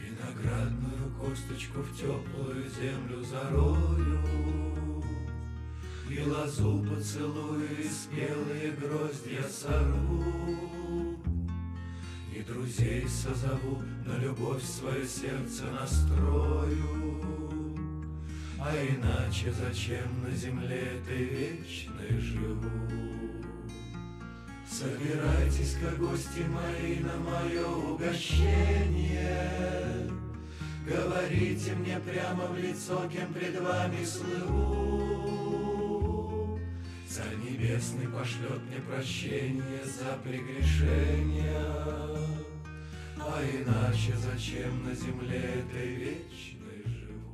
Виноградную косточку в теплую землю зарою И лозу поцелую, и спелые гроздья сору И друзей созову, на любовь свое сердце настрою А иначе зачем на земле этой вечной живу? Собирайтесь, как гости мои, на мое угощение. Говорите мне прямо в лицо, кем пред вами слыву. Царь Небесный пошлет мне прощение за прегрешения. А иначе зачем на земле этой вечной живу?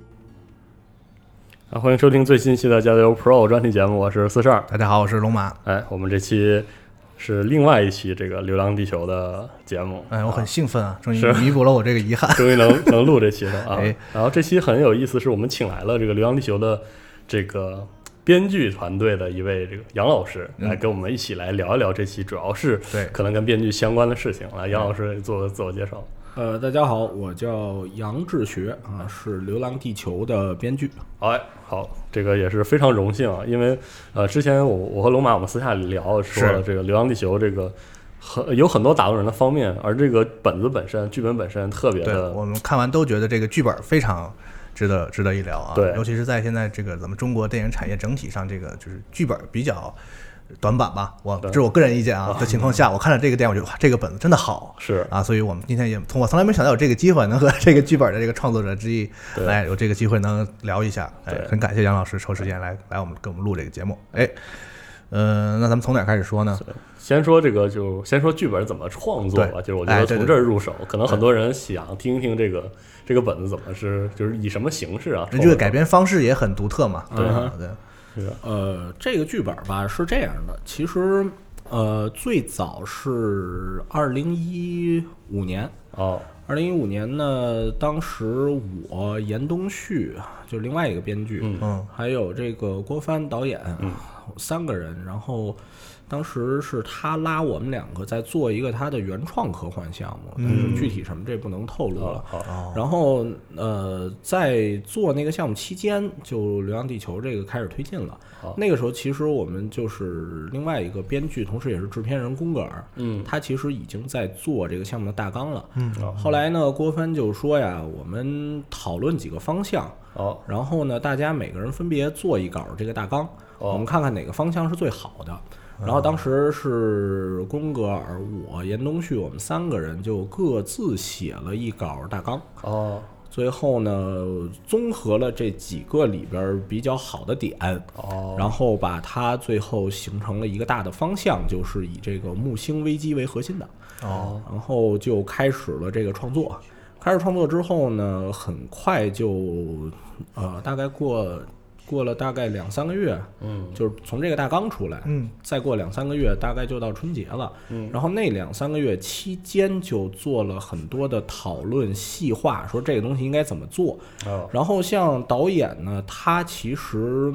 啊，欢迎收听最新期的《加油 Pro》专题节目，我是四十二。大家好，我是龙马。哎，我们这期是另外一期这个《流浪地球》的节目。哎，我很兴奋啊，终于是弥补了我这个遗 憾。终于能能录这期了啊 哎！然后这期很有意思，是我们请来了这个《流浪地球》的这个编剧团队的一位这个杨老师嗯来跟我们一起来聊一聊这期，主要是对可能跟编剧相关的事情。来，哎杨老师做个自我介绍。呃，大家好，我叫杨志学啊，是《流浪地球》的编剧。哎，好，这个也是非常荣幸啊，因为呃，之前我我和龙马我们私下里聊说了这个《流浪地球》这个很有很多打动人的方面，而这个本子本身、剧本本身特别对，的我们看完都觉得这个剧本非常值得值得一聊啊。对尤其是在现在这个咱们中国电影产业整体上，这个就是剧本比较短板吧。我对这是我个人意见啊的情况下，我看了这个电影，我觉得哇，这个本子真的好。是啊，所以我们今天也从我从来没想到有这个机会能和这个剧本的这个创作者之一对来有这个机会能聊一下，哎对，很感谢杨老师抽时间来来我们给我们录这个节目，哎，嗯、那咱们从哪儿开始说呢？先说这个，就先说剧本怎么创作吧。对就是我觉哎得对从对这儿入手，可能很多人想听一听这个这个本子怎么是，就是以什么形式啊？这个创作改编方式也很独特嘛，对吧对，是的呃，这个剧本吧是这样的，其实呃最早是二零一五年，哦，二零一五年呢，当时我严冬旭就另外一个编剧，嗯，还有这个郭帆导演，三个人，然后当时是他拉我们两个在做一个他的原创科幻项目，但是具体什么这不能透露了。然后呃，在做那个项目期间，就《流浪地球》这个开始推进了。那个时候，其实我们就是另外一个编剧，同时也是制片人宫格尔，嗯，他其实已经在做这个项目的大纲了。嗯，后来呢，郭帆就说呀，我们讨论几个方向。哦，然后呢，大家每个人分别做一稿这个大纲，我们看看哪个方向是最好的。然后当时是宫格尔、我、严冬旭，我们三个人就各自写了一稿大纲。哦，最后呢，综合了这几个里边儿比较好的点，哦，然后把它最后形成了一个大的方向，就是以这个木星危机为核心的。哦，然后就开始了这个创作。开始创作之后呢，很快就呃，大概过过了大概两三个月，嗯，就是从这个大纲出来，嗯，再过两三个月，大概就到春节了，嗯，然后那两三个月期间就做了很多的讨论细化，说这个东西应该怎么做，哦，然后像导演呢，他其实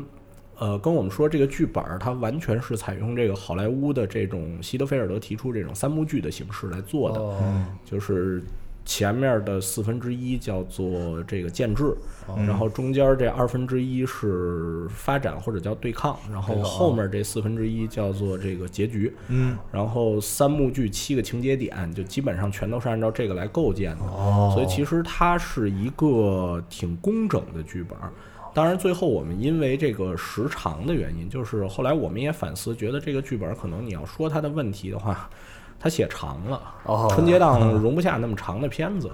呃跟我们说，这个剧本儿它完全是采用这个好莱坞的这种希德菲尔德提出这种三幕剧的形式来做的，哦，就是。前面的四分之一叫做这个建制，然后中间这二分之一是发展或者叫对抗，然后后面这四分之一叫做这个结局。嗯，然后三幕剧七个情节点就基本上全都是按照这个来构建的。哦，所以其实它是一个挺工整的剧本。当然，最后我们因为这个时长的原因，就是后来我们也反思，觉得这个剧本可能你要说它的问题的话，它写长了，哦春节档容不下那么长的片子。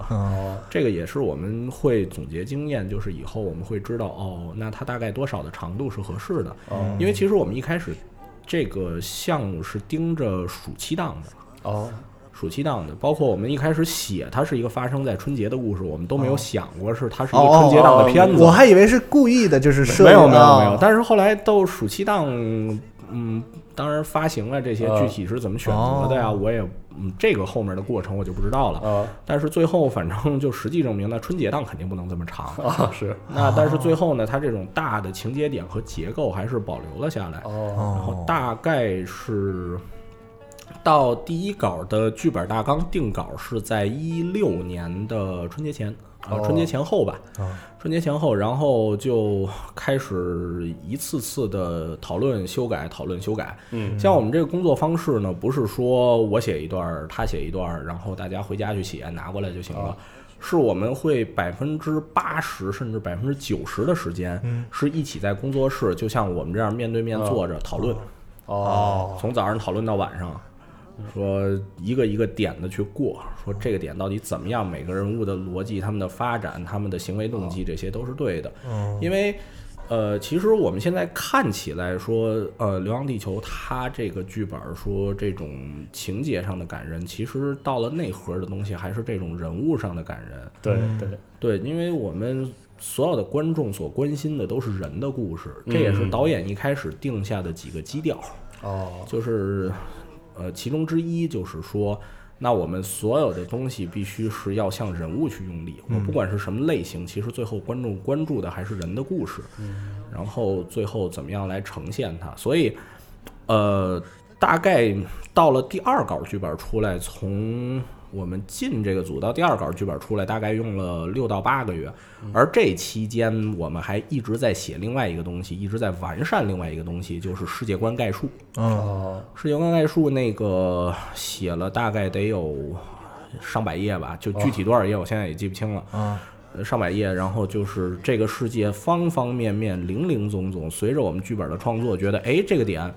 这个也是我们会总结经验，就是以后我们会知道哦，那它大概多少的长度是合适的。因为其实我们一开始这个项目是盯着暑期档的，哦，暑期档的，包括我们一开始写它是一个发生在春节的故事，我们都没有哦想过是它是一哦个哦春节档哦的片子。我还以为是故意的，就是设没有计没有没有哦，但是后来到暑期档，嗯，当然发行了这些哦啊具体是怎么选择的呀，我也嗯这个后面的过程我就不知道了。哦啊但是最后反正就实际证明呢，春节档肯定不能这么长。哦啊是那但是最后呢，它这种大的情节点和结构还是保留了下来。哦然后哦，大概是到第一稿的剧本大纲定稿是在一六年的春节前，呃，春哦节前后吧，春节前后，然后就开始一次次的讨论、修改、讨论、修改。嗯，像我们这个工作方式呢，不是说我写一段儿，他写一段儿，然后大家回家去写，拿过来就行啊了。是我们会百分之八十甚至百分之九十的时间嗯是一起在工作室，就像我们这样面对面坐着讨论，啊哦从早上讨论到晚上，说一个一个点的去过，说这个点到底怎么样，每个人物的逻辑、他们的发展、他们的行为动机，这些都是对的。因为，呃，其实我们现在看起来说，呃，《流浪地球》它这个剧本儿说这种情节上的感人，其实到了内核的东西还是这种人物上的感人。对嗯对对，因为我们所有的观众所关心的都是人的故事，这也是导演一开始定下的几个基调。哦就是呃，其中之一就是说，那我们所有的东西必须是要向人物去用力。我不管是什么类型，其实最后观众关注的还是人的故事，然后最后怎么样来呈现它。所以，呃，大概到了第二稿剧本出来，从我们进这个组到第二稿剧本出来，大概用了六到八个月。而这期间，我们还一直在写另外一个东西，一直在完善另外一个东西，就是世界观概述。嗯，哦世界观概述那个写了大概得有上百页吧，就具体多少页我现在也记不清了。啊呃上百页，然后就是这个世界方方面面、零零总总，随着我们剧本的创作，觉得哎这个点。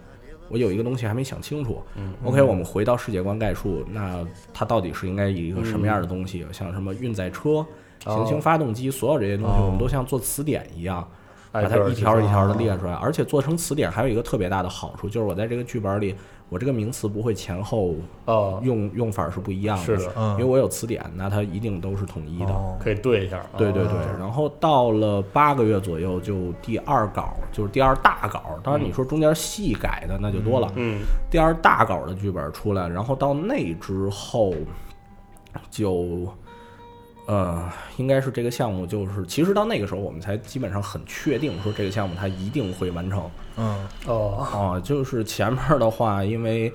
我有一个东西还没想清楚、o k 我们回到世界观概述，那它到底是应该以一个什么样的东西？像什么运载车、行星发动机，所有这些东西，我们都像做词典一样，把挨个它儿一去条一做条的列出来。而且做成词典还有一个特别大的好处，就是我在这个剧本里，我这个名词不会前后哦，用用法是不一样的，是的嗯因为我有词典，那它一定都是统一的。哦可以对一下，啊对对对，哦然后到了八个月左右，就第二稿，就是第二大稿。当然，你说中间细改的那就多了。嗯第二大稿的剧本出来，然后到那之后，就呃，应该是这个项目就是，其实到那个时候我们才基本上很确定说这个项目它一定会完成。嗯哦啊，就是前面的话，因为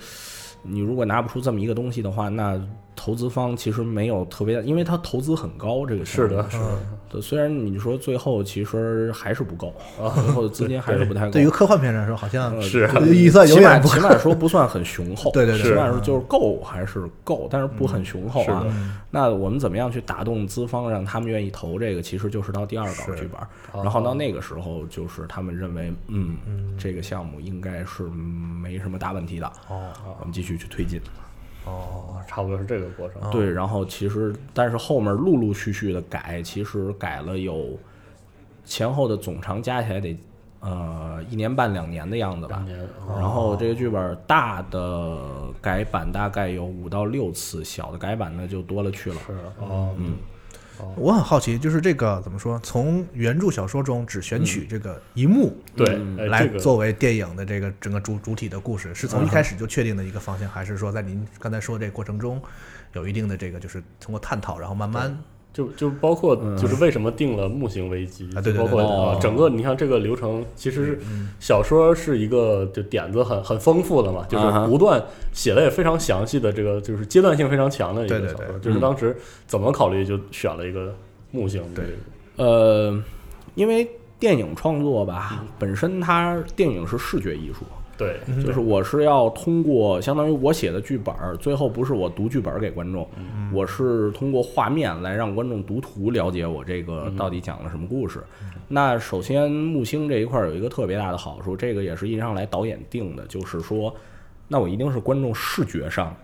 你如果拿不出这么一个东西的话，那投资方其实没有特别，因为它投资很高，这个项是目的是的对，虽然你说最后其实还是不够，啊最后的资金还是不太够。对于科幻片来说，好像呃是对预算起永码远不起码说不算很雄厚， 对对对起码说就是够还是够，但是不很雄厚啊。那我们怎么样去打动资方，让他们愿意投这个？其实就是到第二稿剧本儿，然后到那个时候，就是他们认为，嗯，这个项目应该是没什么大问题的，哦我们继续去推进。哦，差不多是这个过程，对，然后其实但是后面陆陆续续的改，其实改了有前后的总长加起来得呃一年半两年的样子吧。年哦然后这个剧本大的改版大概有五到六次，小的改版呢就多了去了。是哦嗯我很好奇，就是这个怎么说？从原著小说中只选取这个一幕嗯对哎来这个作为电影的这个整个主主体的故事，是从一开始就确定的一个方向，还是说在您刚才说的这个过程中有一定的这个就是通过探讨，然后慢慢就就包括就是为什么定了木星危机，嗯啊对对就包括对嗯对呃整个你看这个流程，其实是小说是一个就点子很很丰富的嘛，就是啊哈不断写的也非常详细的这个就是阶段性非常强的一对个对小对说，就是嗯当时怎么考虑就选了一个木星这个，对呃，因为电影创作嗯吧，本身它电影是视觉艺术，对嗯就是我是要通过相当于我写的剧本儿，最后不是我读剧本儿给观众，我是通过画面来让观众读图了解我这个到底讲了什么故事。那首先木星这一块儿有一个特别大的好处，这个也是一上来导演定的，就是说，那我一定是观众视觉上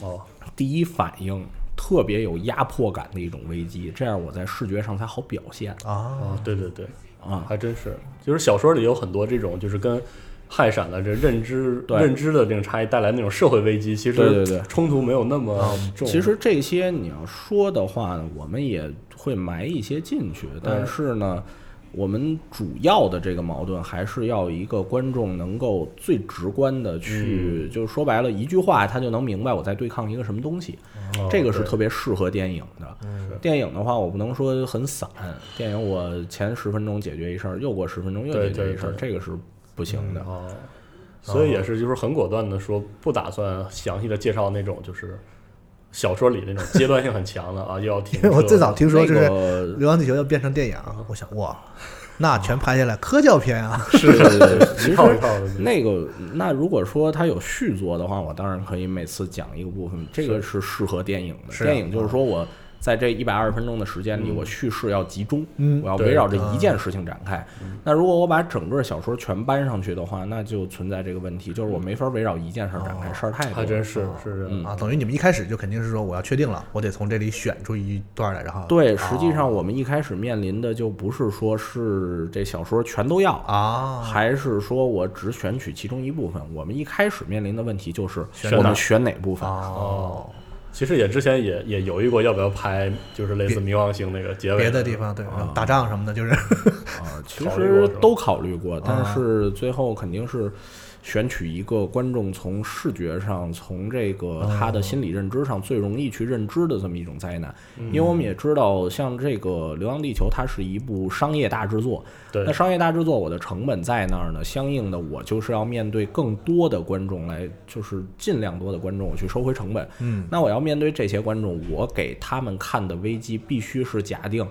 哦第一反应特别有压迫感的一种危机，这样我在视觉上才好表现。啊，哦对对对啊还真是，就是小说里有很多这种就是跟。害闪的这认知对认知的这种差异带来那种社会危机，其对对实对冲突没有那么重。其实这些你要说的话呢，我们也会埋一些进去，但是呢，我们主要的这个矛盾还是要一个观众能够最直观的去，嗯就是说白了一句话，他就能明白我在对抗一个什么东西。哦这个是对嗯特别适合电影的。电影的话，我不能说很散，电影我前十分钟解决一事儿，又过十分钟又对解决对一事儿，这个是不行的。哦，所以哦也是就是很果断的说，不打算详细的介绍那种就是小说里那种阶段性很强的啊， 又要停因为我车最早听说就那是个《流浪地球》要变成电影，我想哇，那全拍下来科教片啊，是对 对对，其一实套一套的那个，那如果说它有续作的话，我当然可以每次讲一个部分，这个是适合电影的。是啊电影就是说我在这一百二十分钟的时间里，我叙事要集中，嗯我要对围绕着一件事情展开。那如果我把整个小说全搬上去的话，那就存在这个问题，就是我没法围绕一件事儿展哦开，事儿太多。还真是哦是这嗯样。啊，等于你们一开始就肯定是说我要确定了，我得从这里选出一段来，然后对，实际上我们一开始面临的就不是说是这小说全都要，啊，还是说我只选取其中一部分？我们一开始面临的问题就是哪我们选哪部分？哦，其实也之前也也犹豫过要不要拍，就是类似《冥王星》那个结尾别的地方对，然后打仗什么的，就是啊，其考虑过实是吧啊都考虑过，但是最后肯定是选取一个观众从视觉上、从这个他的心理认知上最容易去认知的这么一种灾难。嗯因为我们也知道，像这个《流浪地球》，它是一部商业大制作。对那商业大制作，我的成本在那儿呢，相应的我就是要面对更多的观众来，就是尽量多的观众，我去收回成本。嗯，那我要面对这些观众，我给他们看的危机必须是假定，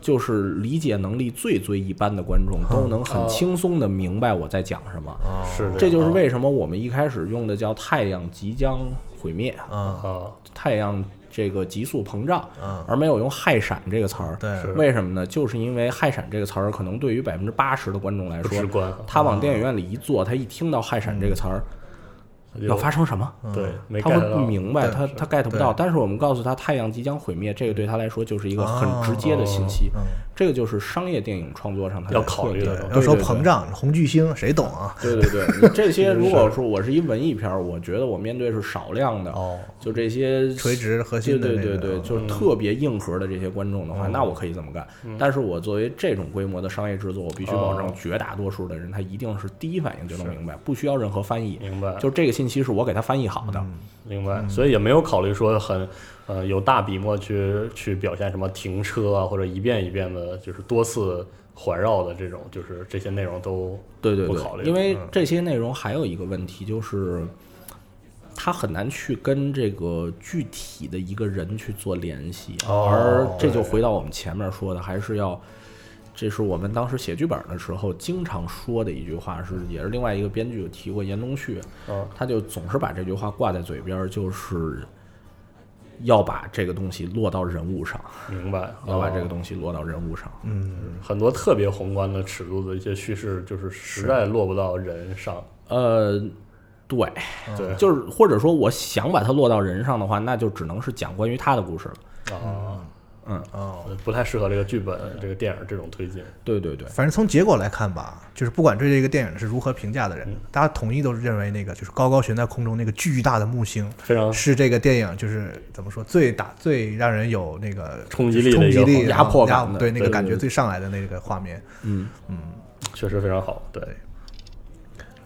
就是理解能力最最一般的观众都能很轻松的明白我在讲什么。是样这就是为什么我们一开始用的叫“太阳即将毁灭啊，啊，”，太阳这个急速膨胀嗯，而没有用“氦闪”这个词儿。对是为什么呢？就是因为“氦闪”这个词儿，可能对于百分之八十的观众来不直说，观，他往电影院里一坐，他一听到“氦闪”这个词儿，他就要发生什么？对嗯没他 get 会到不明白，对他他 get 不到。但是我们告诉他太阳即将毁灭，这个对他来说就是一个嗯很直接的信息。这个就是商业电影创作上他要考虑的。 要对说对对膨胀，红巨星谁懂啊？对对对， 你这些如果说我是一文艺片儿，我觉得我面对是少量的，哦，就这些垂直核心的对那对个嗯对对，就是特别硬核的这些观众的话，那我可以这么干。嗯但是我作为这种规模的商业制作，我必须保证哦绝大多数的人他一定是第一反应就能明白，不需要任何翻译。明白， 就这个信息是我给他翻译好的，嗯明白，嗯所以也没有考虑说很，呃，有大笔墨去去表现什么停车啊，或者一遍一遍的，就是多次环绕的这种，就是这些内容都对对不对考，虑，嗯因为这些内容还有一个问题就是，它很难去跟这个具体的一个人去做联系，哦而这就回到我们前面说的，还是要。这是我们当时写剧本的时候经常说的一句话，是也是另外一个编剧有提过严冬旭，嗯他就总是把这句话挂在嘴边儿，就是要把这个东西落到人物上，明白，要把哦这个东西落到人物上。很多特别宏观的尺度的一些叙事，就是实在落不到人上，呃，对，对，就是或者说我想把它落到人上的话，那就只能是讲关于他的故事了。啊，哦，不太适合这个剧本、这个电影这种推进，对对对，反正从结果来看吧，就是不管对这个电影是如何评价的嗯人，大家统一都是认为那个就是高高悬在空中那个巨大的木星，非嗯常是这个电影就是怎么说最打最让人有那个冲击力的冲一击个力、压迫感然后的对那个对感对觉对最上来的那个画面。嗯，确实非常好，对，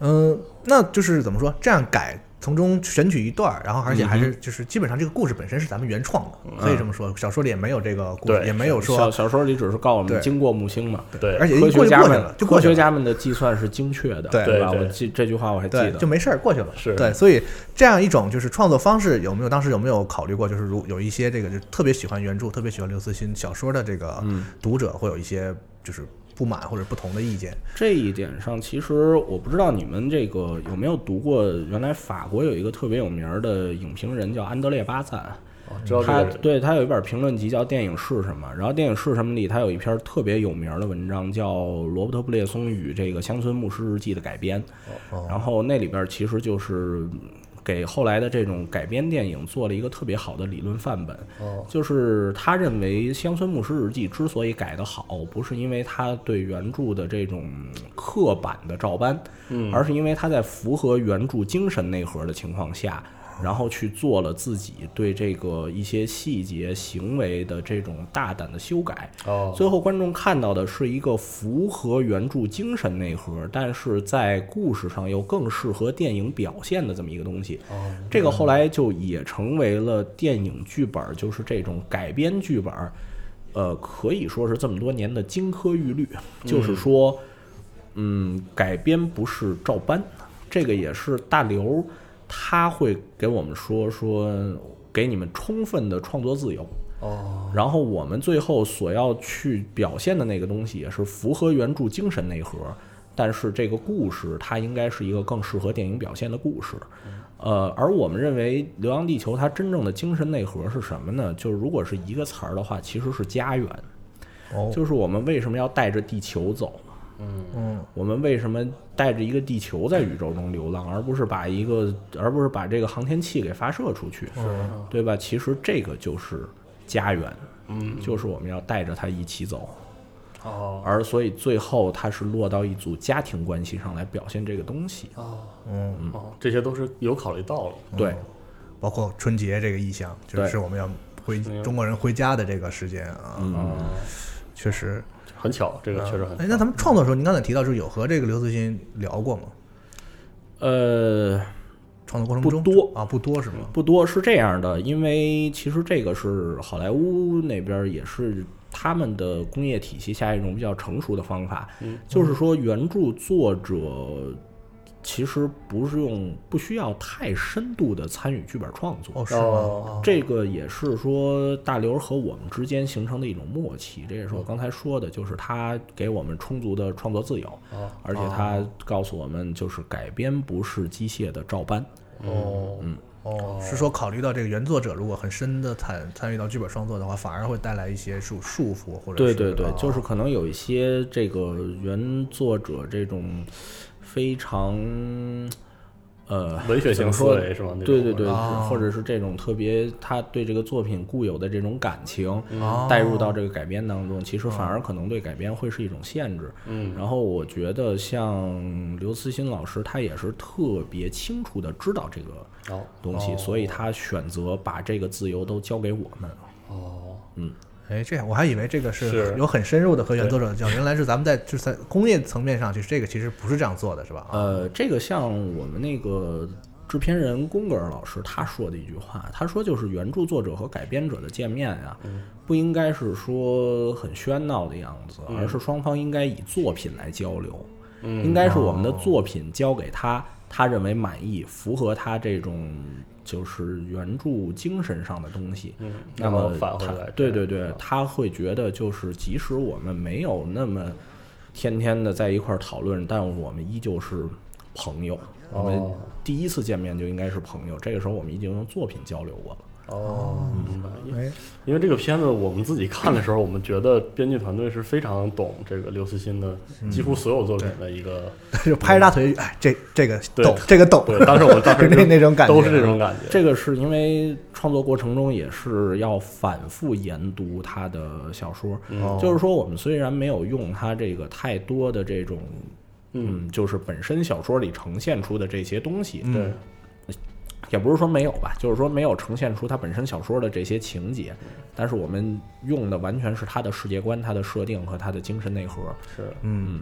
嗯，那就是怎么说这样改。从中选取一段儿，然后而且还是就是基本上这个故事本身是咱们原创的，可以这么说，小说里也没有这个故事，对也没有小说，小说里只是告诉我对们经过木星嘛，对，而且一科过学就家过去们了，就过科去了学。家们的计算是精确的，对吧？对对我记这句话我还记对，得就。没事儿过去了。是对，所以这样一种就是创作方式，有没有当时有没有考虑过，就是如有一些这个就特别喜欢原著、特别喜欢刘慈欣小说的这个嗯读者，会有一些就是不满或者不同的意见。这一点上，其实我不知道你们这个有没有读过，原来法国有一个特别有名儿的影评人叫安德烈巴赞，哦知道这他个人，对他有一本评论集叫《电影是什么》，然后《电影是什么》里他有一篇特别有名的文章，叫《罗伯特·布列哦松与这个乡村牧师日记》的改编。然后那里边其实就是嗯给后来的这种改编电影做了一个特别好的理论范本。哦，就是他认为《乡村牧师日记》之所以改得好，不是因为他对原著的这种刻板的照搬，嗯而是因为他在符合原著精神内核的情况下，然后去做了自己对这个一些细节行为的这种大胆的修改。哦，最后观众看到的是一个符合原著精神内核，但是在故事上又更适合电影表现的这么一个东西。哦，这个后来就也成为了电影剧本，就是这种改编剧本，呃，可以说是这么多年的金科玉律，就是说，嗯，改编不是照搬，这个也是大刘他会给我们说说，给你们充分的创作自由。哦，然后我们最后所要去表现的那个东西也是符合原著精神内核，但是这个故事它应该是一个更适合电影表现的故事。呃，而我们认为《流浪地球》它真正的精神内核是什么呢？就是如果是一个词儿的话，其实是家园，哦，就是我们为什么要带着地球走？嗯，我们为什么带着一个地球在宇宙中流浪，而不是把一个，而不是把这个航天器给发射出去，对吧？其实这个就是家园，嗯，就是我们要带着它一起走，哦，而所以最后它是落到一组家庭关系上来表现这个东西，哦，嗯，哦，这些都是有考虑到了。对，包括春节这个意象，就对是我们要回中国人回家的这个时间啊，嗯，确实。很巧，这个确实很巧哎，那咱们创作的时候，您刚才提到就是有和这个刘慈欣聊过吗？呃，创作过程不中多啊，不多是吗？不多是这样的，因为其实这个是好莱坞那边也是他们的工业体系下一种比较成熟的方法，嗯就是说原著作者其实不是用不需要太深度的参与剧本创作。哦，是吗？哦，这个也是说大刘和我们之间形成的一种默契，这也嗯是我刚才说的，就是他给我们充足的创作自由，哦而且他告诉我们，就是改编不是机械的照搬，哦，嗯哦，是说考虑到这个原作者如果很深的参参与到剧本创作的话，反而会带来一些束束缚或者对是对对哦，就是可能有一些这个原作者这种非常呃文学怎性么思说维是吗？那种对对对，啊或者是这种特别他对这个作品固有的这种感情嗯哦带入到这个改编当中，其实反而可能对改编会是一种限制。嗯，然后我觉得像刘慈欣老师，他也是特别清楚的知道这个哦东西，所以他选择把这个自由都交给我们。哦，哎，这样我还以为这个是是有很深入的和原作者的交流，原来是咱们在就是在工业层面上，其实这个其实不是这样做的，是吧？啊，呃，这个像我们那个制片人宫格尔老师他说的一句话，他说就是原著作者和改编者的见面啊，不应该是说很喧闹的样子，而是双方应该以作品来交流，应该是我们的作品交给他，他认为满意，符合他这种。就是原著精神上的东西，那然后么返回他来对这对样对，他会觉得就是，即使我们没有那么天天的在一块儿讨论，但我们依旧是朋友。我们哦第一次见面就应该是朋友，这个时候我们已经用作品交流过了。哦，明白。因哎，因为这个片子我们自己看的时候，我们觉得编剧团队是非常懂这个刘慈欣的几乎所有作品的一个。嗯 就拍着大腿，哎，这这个对懂，这个懂， 对，当时我们当时 那那种感觉啊都是这种感觉。这个是因为创作过程中也是要反复研读他的小说，就是说我们虽然没有用他这个太多的这种，嗯，就是本身小说里呈现出的这些东西，对，也不是说没有吧，就是说没有呈现出它本身小说的这些情节，但是我们用的完全是它的世界观、它的设定和它的精神内核。是嗯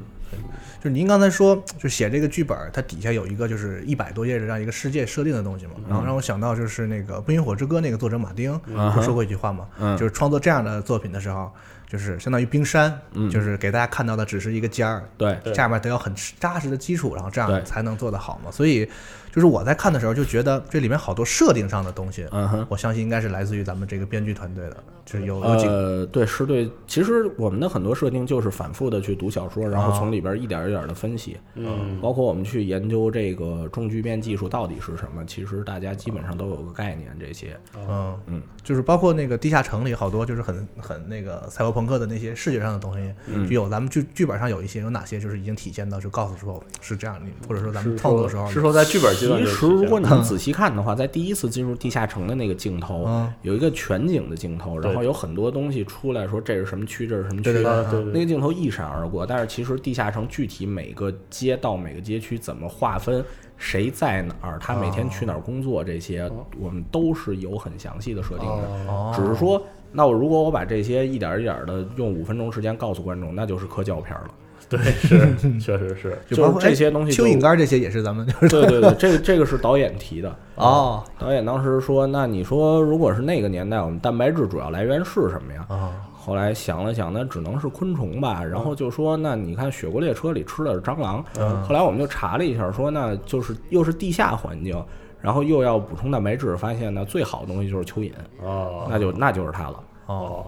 就是您刚才说，就写这个剧本儿，它底下有一个就是一百多页的这样一个世界设定的东西嘛，嗯然后让我想到就是那个《冰与火之歌》那个作者马丁啊不是说过一句话嘛，嗯就是创作这样的作品的时候，就是相当于冰山，嗯就是给大家看到的只是一个尖儿，对下面得有很扎实的基础，然后这对样才能做得好嘛。所以，就是我在看的时候就觉得这里面好多设定上的东西，嗯哼我相信应该是来自于咱们这个编剧团队的，就是有有几个呃，对，是对。其实我们的很多设定就是反复的去读小说，然后从里边一点一点的分析，嗯，包括我们去研究这个重聚变技术到底是什么，其实大家基本上都有个概念。这些，嗯，嗯，就是包括那个地下城里好多就是很很那个赛博朋克的那些视觉上的东西，就有咱们剧剧本上有一些有哪些就是已经体现到，就告诉说是这样，你或者说咱们是创作说的时候是说在剧本嗯阶段其就实，实现如果了你们仔细看的话，在第一次进入地下城的那个镜头嗯，有一个全景的镜头，然后有很多东西出来说这是什么区，这是什么区，啊对对对对那个镜头一闪而过。但是其实地下城具体每个街道、每个街区怎么划分，谁在哪儿，他每天去哪儿哦工作，这些哦我们都是有很详细的设定的。哦，只是说，那我如果我把这些一点儿一点的用五分钟时间告诉观众，那就是科教片了。对 是确实是，就是包括这些哎东西哎蚯蚓就干儿这些也是咱们就是对对对，这个这个是导演提的。哦导演当时说：“那你说，如果是那个年代，我们蛋白质主要来源是什么呀？”啊后来想了想，那只能是昆虫吧。然后就说：“那你看《雪国列车》里吃的是蟑螂。”后来我们就查了一下，说那就是又是地下环境，然后又要补充蛋白质，发现呢最好的东西就是蚯蚓，哦那就那就是它了。哦，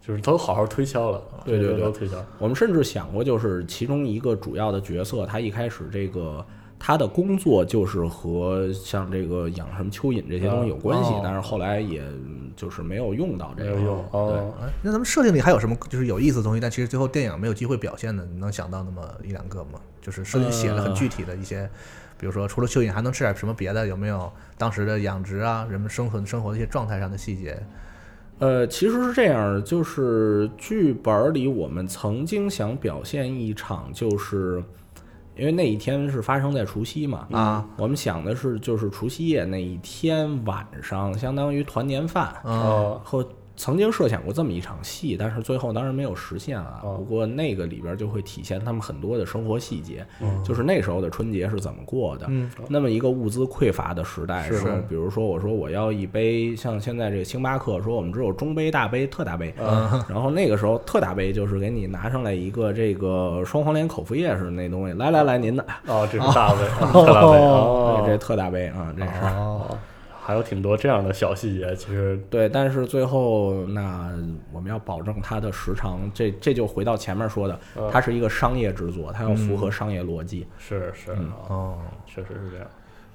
就是都好好推敲了，对对对都推敲，我们甚至想过，就是其中一个主要的角色，他一开始这个他的工作就是和像这个养什么蚯蚓这些东西有关系，哦但是后来也嗯就是没有用到这啊没个有用哦。 哎那咱们设定里还有什么就是有意思的东西，但其实最后电影没有机会表现的，你能想到那么一两个吗？就是设定写的很具体的一些，比如说除了蚯蚓还能吃点什么别的？有没有当时的养殖啊，人们生存生活的一些状态上的细节？呃，其实是这样，就是剧本里我们曾经想表现一场，就是因为那一天是发生在除夕嘛，啊，我们想的是就是除夕夜那一天晚上，相当于团年饭，哦后曾经设想过这么一场戏，但是最后当然没有实现啊。哦不过那个里边就会体现他们很多的生活细节，嗯就是那时候的春节是怎么过的。那么一个物资匮乏的时代，是然后比如说我说我要一杯，像现在这个星巴克说我们只有中杯、大杯、特大杯，嗯然后那个时候特大杯就是给你拿上来一个这个双黄连口服液似的那东西，来来来，您的，哦，这是 大卫，特大卫哎哦，这特大杯啊，这是。哦，还有挺多这样的小细节，其实对，但是最后那我们要保证它的时长，这这就回到前面说的，它是一个商业制作，它要符合商业逻辑。是是啊，哦，确实是这样。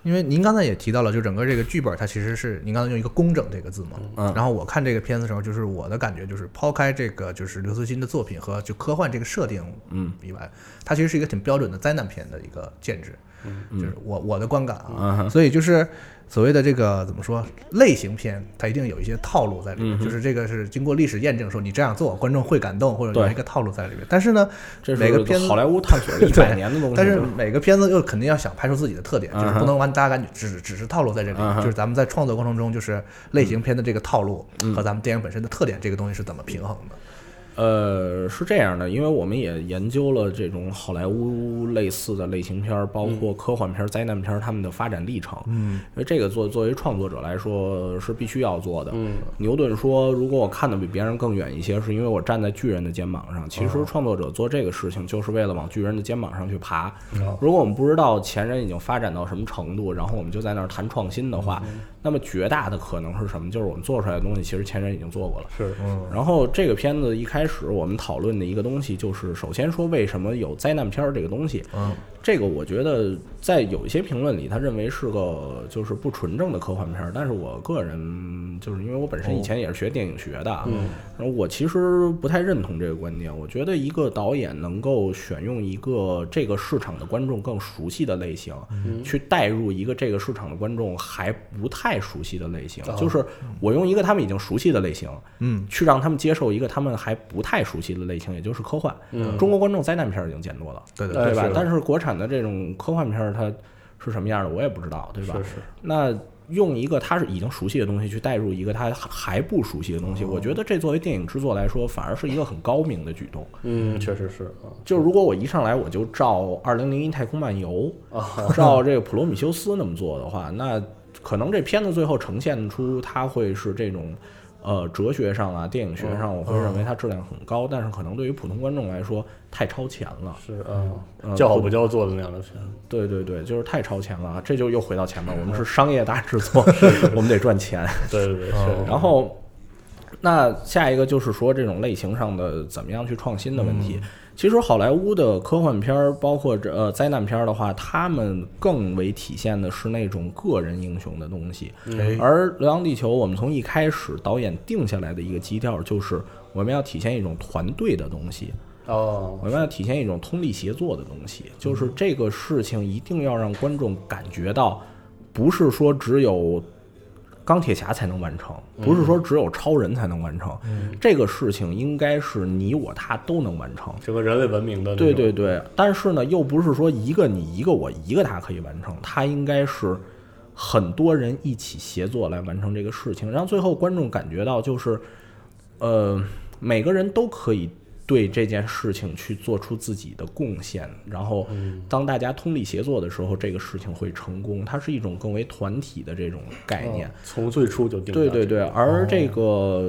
因为您刚才也提到了，就整个这个剧本，它其实是您刚才用一个“工整”这个字嘛。嗯然后我看这个片子的时候，就是我的感觉就是，抛开这个就是刘慈欣的作品和就科幻这个设定，嗯，以外，它其实是一个挺标准的灾难片的一个建制，嗯，就是我我的观感嗯啊。哼所以就是所谓的这个怎么说类型片，它一定有一些套路在里嗯面，就是这个是经过历史验证，说你这样做，观众会感动，或者有对一个套路在里面。但是呢，这每个片是子好莱坞探索 了一百年的东西，嗯但是每个片子又肯定要想拍出自己的特点，就是不能完大家感觉只只是套路在这里，嗯哼嗯就是咱们在创作过程中，就是类型片的这个套路和咱们电影本身的特点，这个东西是怎么平衡的？呃，是这样的，因为我们也研究了这种好莱坞类似的类型片儿，包括科幻片儿、灾难片儿，他们的发展历程。嗯，因为这个作作为创作者来说是必须要做的。嗯，牛顿说，如果我看得比别人更远一些，是因为我站在巨人的肩膀上。其实创作者做这个事情，就是为了往巨人的肩膀上去爬。如果我们不知道前人已经发展到什么程度，然后我们就在那儿谈创新的话，那么绝大的可能是什么？就是我们做出来的东西，其实前人已经做过了。是，嗯然后这个片子一开始我们讨论的一个东西，就是首先说为什么有灾难片儿这个东西。嗯，这个我觉得在有一些评论里，他认为是个就是不纯正的科幻片儿，但是我个人就是因为我本身以前也是学电影学的，啊，然后我其实不太认同这个观点。我觉得一个导演能够选用一个这个市场的观众更熟悉的类型，去带入一个这个市场的观众还不太熟悉的类型，就是我用一个他们已经熟悉的类型，嗯，去让他们接受一个他们还不太熟悉的类型，也就是科幻。中国观众灾难片儿已经见多了，对对哎嗯对吧是？但是国产的这种科幻片儿，它是什么样的，我也不知道，对吧？是是那用一个他是已经熟悉的东西去带入一个他还不熟悉的东西，我觉得这作为电影制作来说，反而是一个很高明的举动。嗯，确实是啊，就如果我一上来我就照《二零零一太空漫游》哦照这个普罗米修斯那么做的话，那可能这片子最后呈现出它会是这种。呃，哲学上啊，电影学嗯上，我会认为它质量很高，但是可能对于普通观众来说太超前了。是啊，叫好不叫座的那样的片子，对对对，就是太超前了啊！这就又回到前面，我们是商业大制作， 我们得赚钱。对对对，确实是然后，那下一个就是说这种类型上的怎么样去创新的问题。其实好莱坞的科幻片儿，包括这呃灾难片儿的话，他们更为体现的是那种个人英雄的东西。而《流浪地球》，我们从一开始导演定下来的一个基调就是我们要体现一种团队的东西。哦，我们要体现一种通力协作的东西，就是这个事情一定要让观众感觉到不是说只有钢铁侠才能完成，不是说只有超人才能完成，这个事情应该是你我他都能完成。整个人类文明的那种嗯对对对，但是呢，又不是说一个你一个我一个他可以完成，他应该是很多人一起协作来完成这个事情，让最后观众感觉到就是，呃，每个人都可以对这件事情去做出自己的贡献，然后嗯当大家通力协作的时候，这个事情会成功。它是一种更为团体的这种概哦念。从最初就定对下对这个哦对，而这个、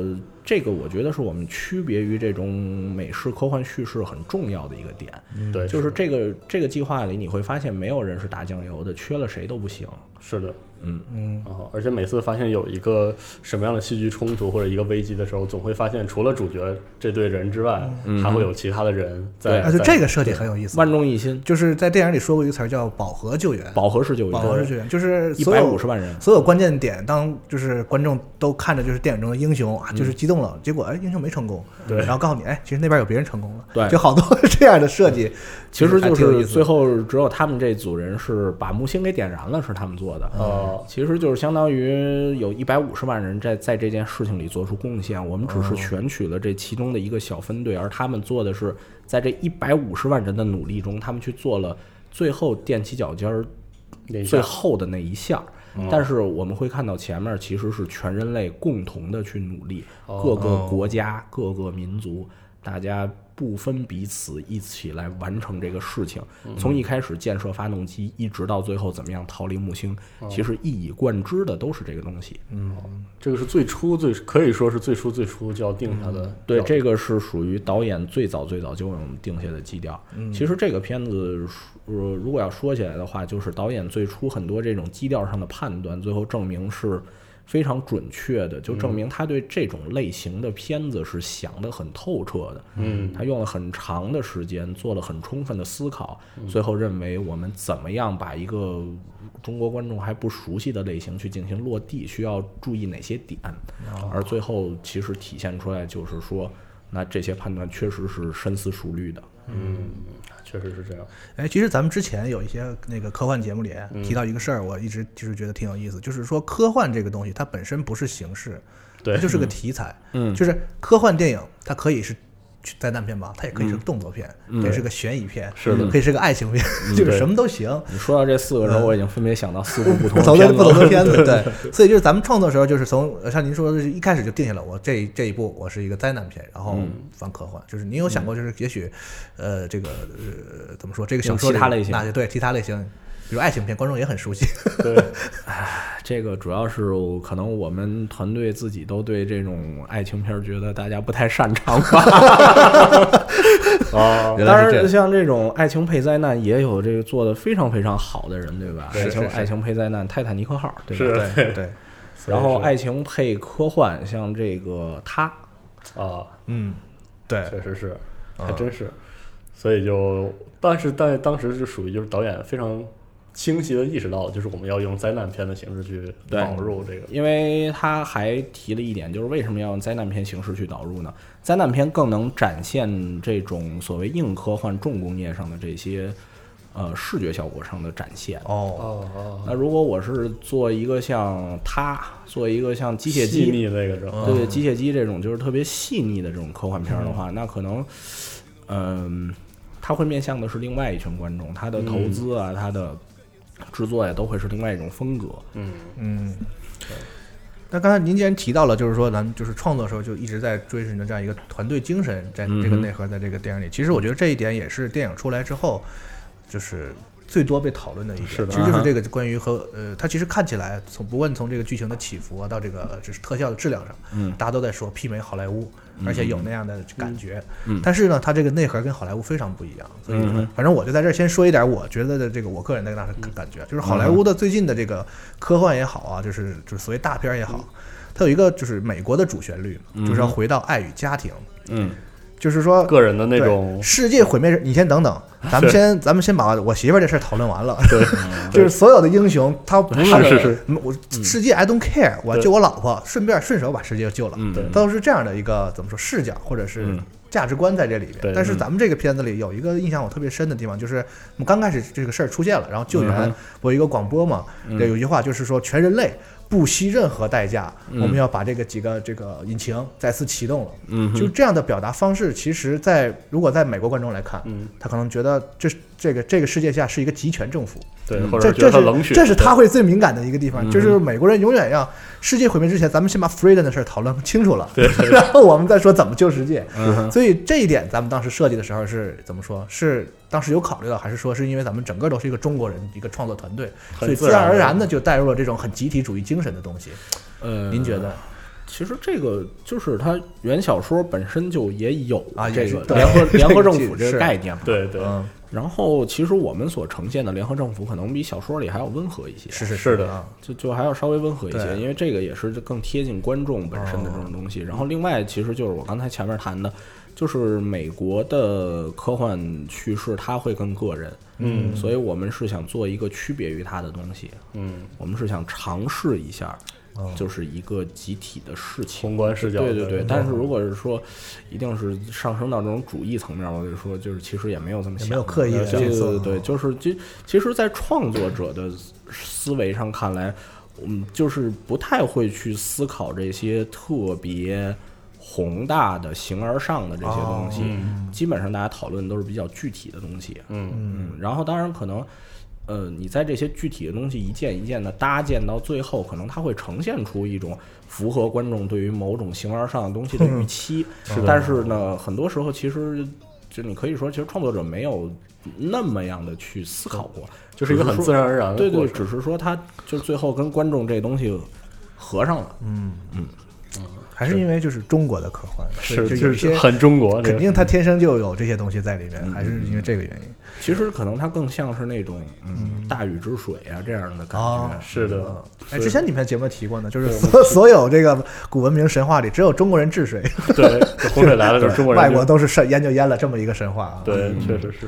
这个，我觉得是我们区别于这种美式科幻叙事很重要的一个点。对，就是这个这个计划里，你会发现没有人是打酱油的，缺了谁都不行。是的，嗯嗯，然后而且每次发现有一个什么样的戏剧冲突或者一个危机的时候，总会发现除了主角这队人之外，嗯还会有其他的人在。哎，就这个设计很有意思。万众一心，就是在电影里说过一个词儿叫“饱和救援”，饱和式就业，饱和式救援就是一所百有五十万人。所有关键点，当就是观众都看着就是电影中的英雄啊，嗯就是激动了，结果哎，英雄没成功，对然后告诉你，哎，其实那边有别人成功了，对就好多这样的设计，其实还就挺有意是思的最后只有他们这组人是把木星给点燃了，是他们做的。嗯哦，其实就是相当于有一百五十万人在在这件事情里做出贡献，我们只嗯是选取了这其中的一个小分队，而他们做的是在这一百五十万人的努力中，他们去做了最后踮起脚尖儿那一下嗯最后的那一下儿。但是我们会看到前面其实是全人类共同的去努力，哦各个国家、各个民族，大家不分彼此，一起来完成这个事情。嗯从一开始建设发动机，一直到最后怎么样逃离木星，哦其实一以贯之的都是这个东西。这个是最初最可以说是最初最初就要定下的。对，要这个是属于导演最早最早就为我们定下的基调。嗯其实这个片子，呃，如果要说起来的话，就是导演最初很多这种基调上的判断，最后证明是非常准确的，就证嗯明他对这种类型的片子是想得很透彻的。嗯，他用了很长的时间，做了很充分的思考，嗯最后认为我们怎么样把一个中国观众还不熟悉的类型去进行落地，需要注意哪些点，啊而最后其实体现出来就是说，那这些判断确实是深思熟虑的。嗯确实是这样。哎，其实咱们之前有一些那个科幻节目里嗯提到一个事儿，我一直就是觉得挺有意思，就是说科幻这个东西它本身不是形式，对它就是个题材，嗯，就是科幻电影它可以是。灾难片吧，它也可以是个动作片，可以是个悬疑片，是的可以是个爱情片，就是对什么都行。你说到这四个时候，我已经分别想到四部不同不的同的片子嗯不同的了。片子，对，所以就是咱们创作的时候，就是从呃像您说的，一开始就定下了，我这这一部我是一个灾难片，然后反科幻，就是您有想过，就是也许，呃，这个呃怎么说，这个小说用其他类型那就对其他类型，比如爱情片，观众也很熟悉，对，这个主要是我可能我们团队自己都对这种爱情片儿觉得大家不太擅长吧。啊，哦原哦当来是这然，样像这种爱情配灾难，也有这个做的非常非常好的人，对吧？是爱情是是爱情配灾难，《泰坦尼克号》对吧？是对对，然所以后是爱情配科幻，像这个他，啊，嗯，对，确实是，啊还真是。所以就，但是在当时就属于就是导演非常清晰的意识到，就是我们要用灾难片的形式去对导入这个。因为他还提了一点，就是为什么要用灾难片形式去导入呢？灾难片更能展现这种所谓硬科幻、重工业上的这些呃视觉效果上的展现。哦，哦哦，那如果我是做一个像他，做一个像机械细姬腻嗯那个是嗯吧？对机械姬这种就是特别细腻的这种科幻片儿的话，那可能，嗯、它会面向的是另外一群观众，它的嗯投资啊，它的制作呀、都会是另外一种风格。嗯。那刚才您既然提到了，就是说咱们就是创作的时候就一直在追寻的这样一个团队精神，在这个内核在这个电影里，其实我觉得这一点也是电影出来之后，就是最多被讨论的一点，是的其实就是这个关于和呃，它其实看起来从不论从这个剧情的起伏啊，到这个就是特效的质量上，嗯，大家都在说媲美好莱坞，而且有那样的感觉，嗯，但是呢，它这个内核跟好莱坞非常不一样，所以反正我就在这儿先说一点我觉得的这个我个人的那种感觉，就是好莱坞的最近的这个科幻也好啊，就是就是所谓大片儿也好，它有一个就是美国的主旋律，就是要回到爱与家庭，嗯，就是说个人的那对种世界毁灭日，你先 等等，咱们是先咱们先把我媳妇儿这事儿讨论完了。 对，嗯就是所有的英雄，他不是是是，我世界 I don't care，我对救我老婆，顺便顺手把世界救了，嗯都是这样的一个怎么说视角或者是价值观在这里边对。但是咱们这个片子里有一个印象我特别深的地方，就是我们刚开始这个事儿出现了，然后救援不有一个广播嘛，对，有一句话就是说全人类。不惜任何代价，我们要把这个几个这个引擎再次启动了。嗯，就这样的表达方式，其实在，如果在美国观众来看，嗯，他可能觉得这是这个这个世界下是一个集权政府，对，或嗯者这觉这得他冷是血，嗯这是他会最敏感的一个地方，就是美国人永远要世界毁灭之前，咱们先把 freedom 的事儿讨论清楚了，对， 然后我们再说怎么救世界。嗯所以这一点咱们当时设计的时候是怎么说？是当时有考虑到，还是说是因为咱们整个都是一个中国人一个创作团队，很所以自自然然而的然的就带入了这种很集体主义精神的东西？嗯呃，您觉得？其实这个就是它原小说本身就也有啊也这是个对联合这联合个政这府这是个概念嘛。对对，嗯，然后其实我们所呈现的联合政府可能比小说里还要温和一些，是是是的啊，就就还要稍微温和一些，对因为这个也是更贴近观众本身的这种东哦西。然后另外，其实就是我刚才前面谈的，就是美国的科幻叙事它会更个人，嗯，所以我们是想做一个区别于它的东西，嗯，哦我们是想尝试一下，就是一个集体的事情。宏观视角，对对对，但是如果是说，一定是上升到这种主义层面，我就说，就是其实也没有这么也想，没有刻意对的对去做对对，就是其其实，在创作者的思维上看来，我们就是不太会去思考这些特别宏大的、形而上的这些哦东西，嗯基本上大家讨论都是比较具体的东西，嗯，嗯，然后当然可能，呃，你在这些具体的东西一件一件的搭建到最后，可能它会呈现出一种符合观众对于某种形而上的东西的嗯预期。是但是呢，很多时候其实就你可以说，其实创作者没有那么样的去思考过，就是一个很自然而然的对过对，程，只是说他就最后跟观众这东西合上嗯了。还是因为就是中国的科幻，所以是就就有一些是很嗯中国，这肯个定他天生就有这些东西在里面，还是因为这个原因。其实可能它更像是那种嗯大禹治水啊这样的感哦觉。是的，哎，之前你们节目提过呢，就是所所有这个古文明神话里，只有中国 人治水，对，洪水来了就是中国人 外就，国都是是淹就淹了这么一个神话啊。，对，确实是，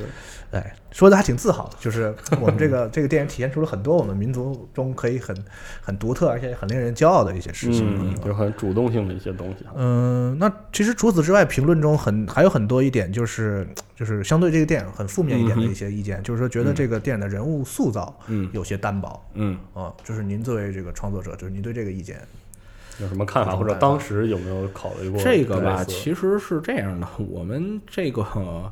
哎，说的还挺自豪的，就是我们这个这个电影体现出了很多我们民族中可以很很独特而且很令人骄傲的一些事情。啊嗯，有很主动性的一些东西啊，嗯，那其实除此之外，评论中很还有很多一点，就是就是相对这个电影很负面一点嗯的一些意见，就是说觉得这个电影的人物塑造嗯有些单薄嗯，啊、就是您作为这个创作者，就是您对这个意见，有什么看法或者当时有没有考虑过这个吧，类似其实是这样的，我们这个呃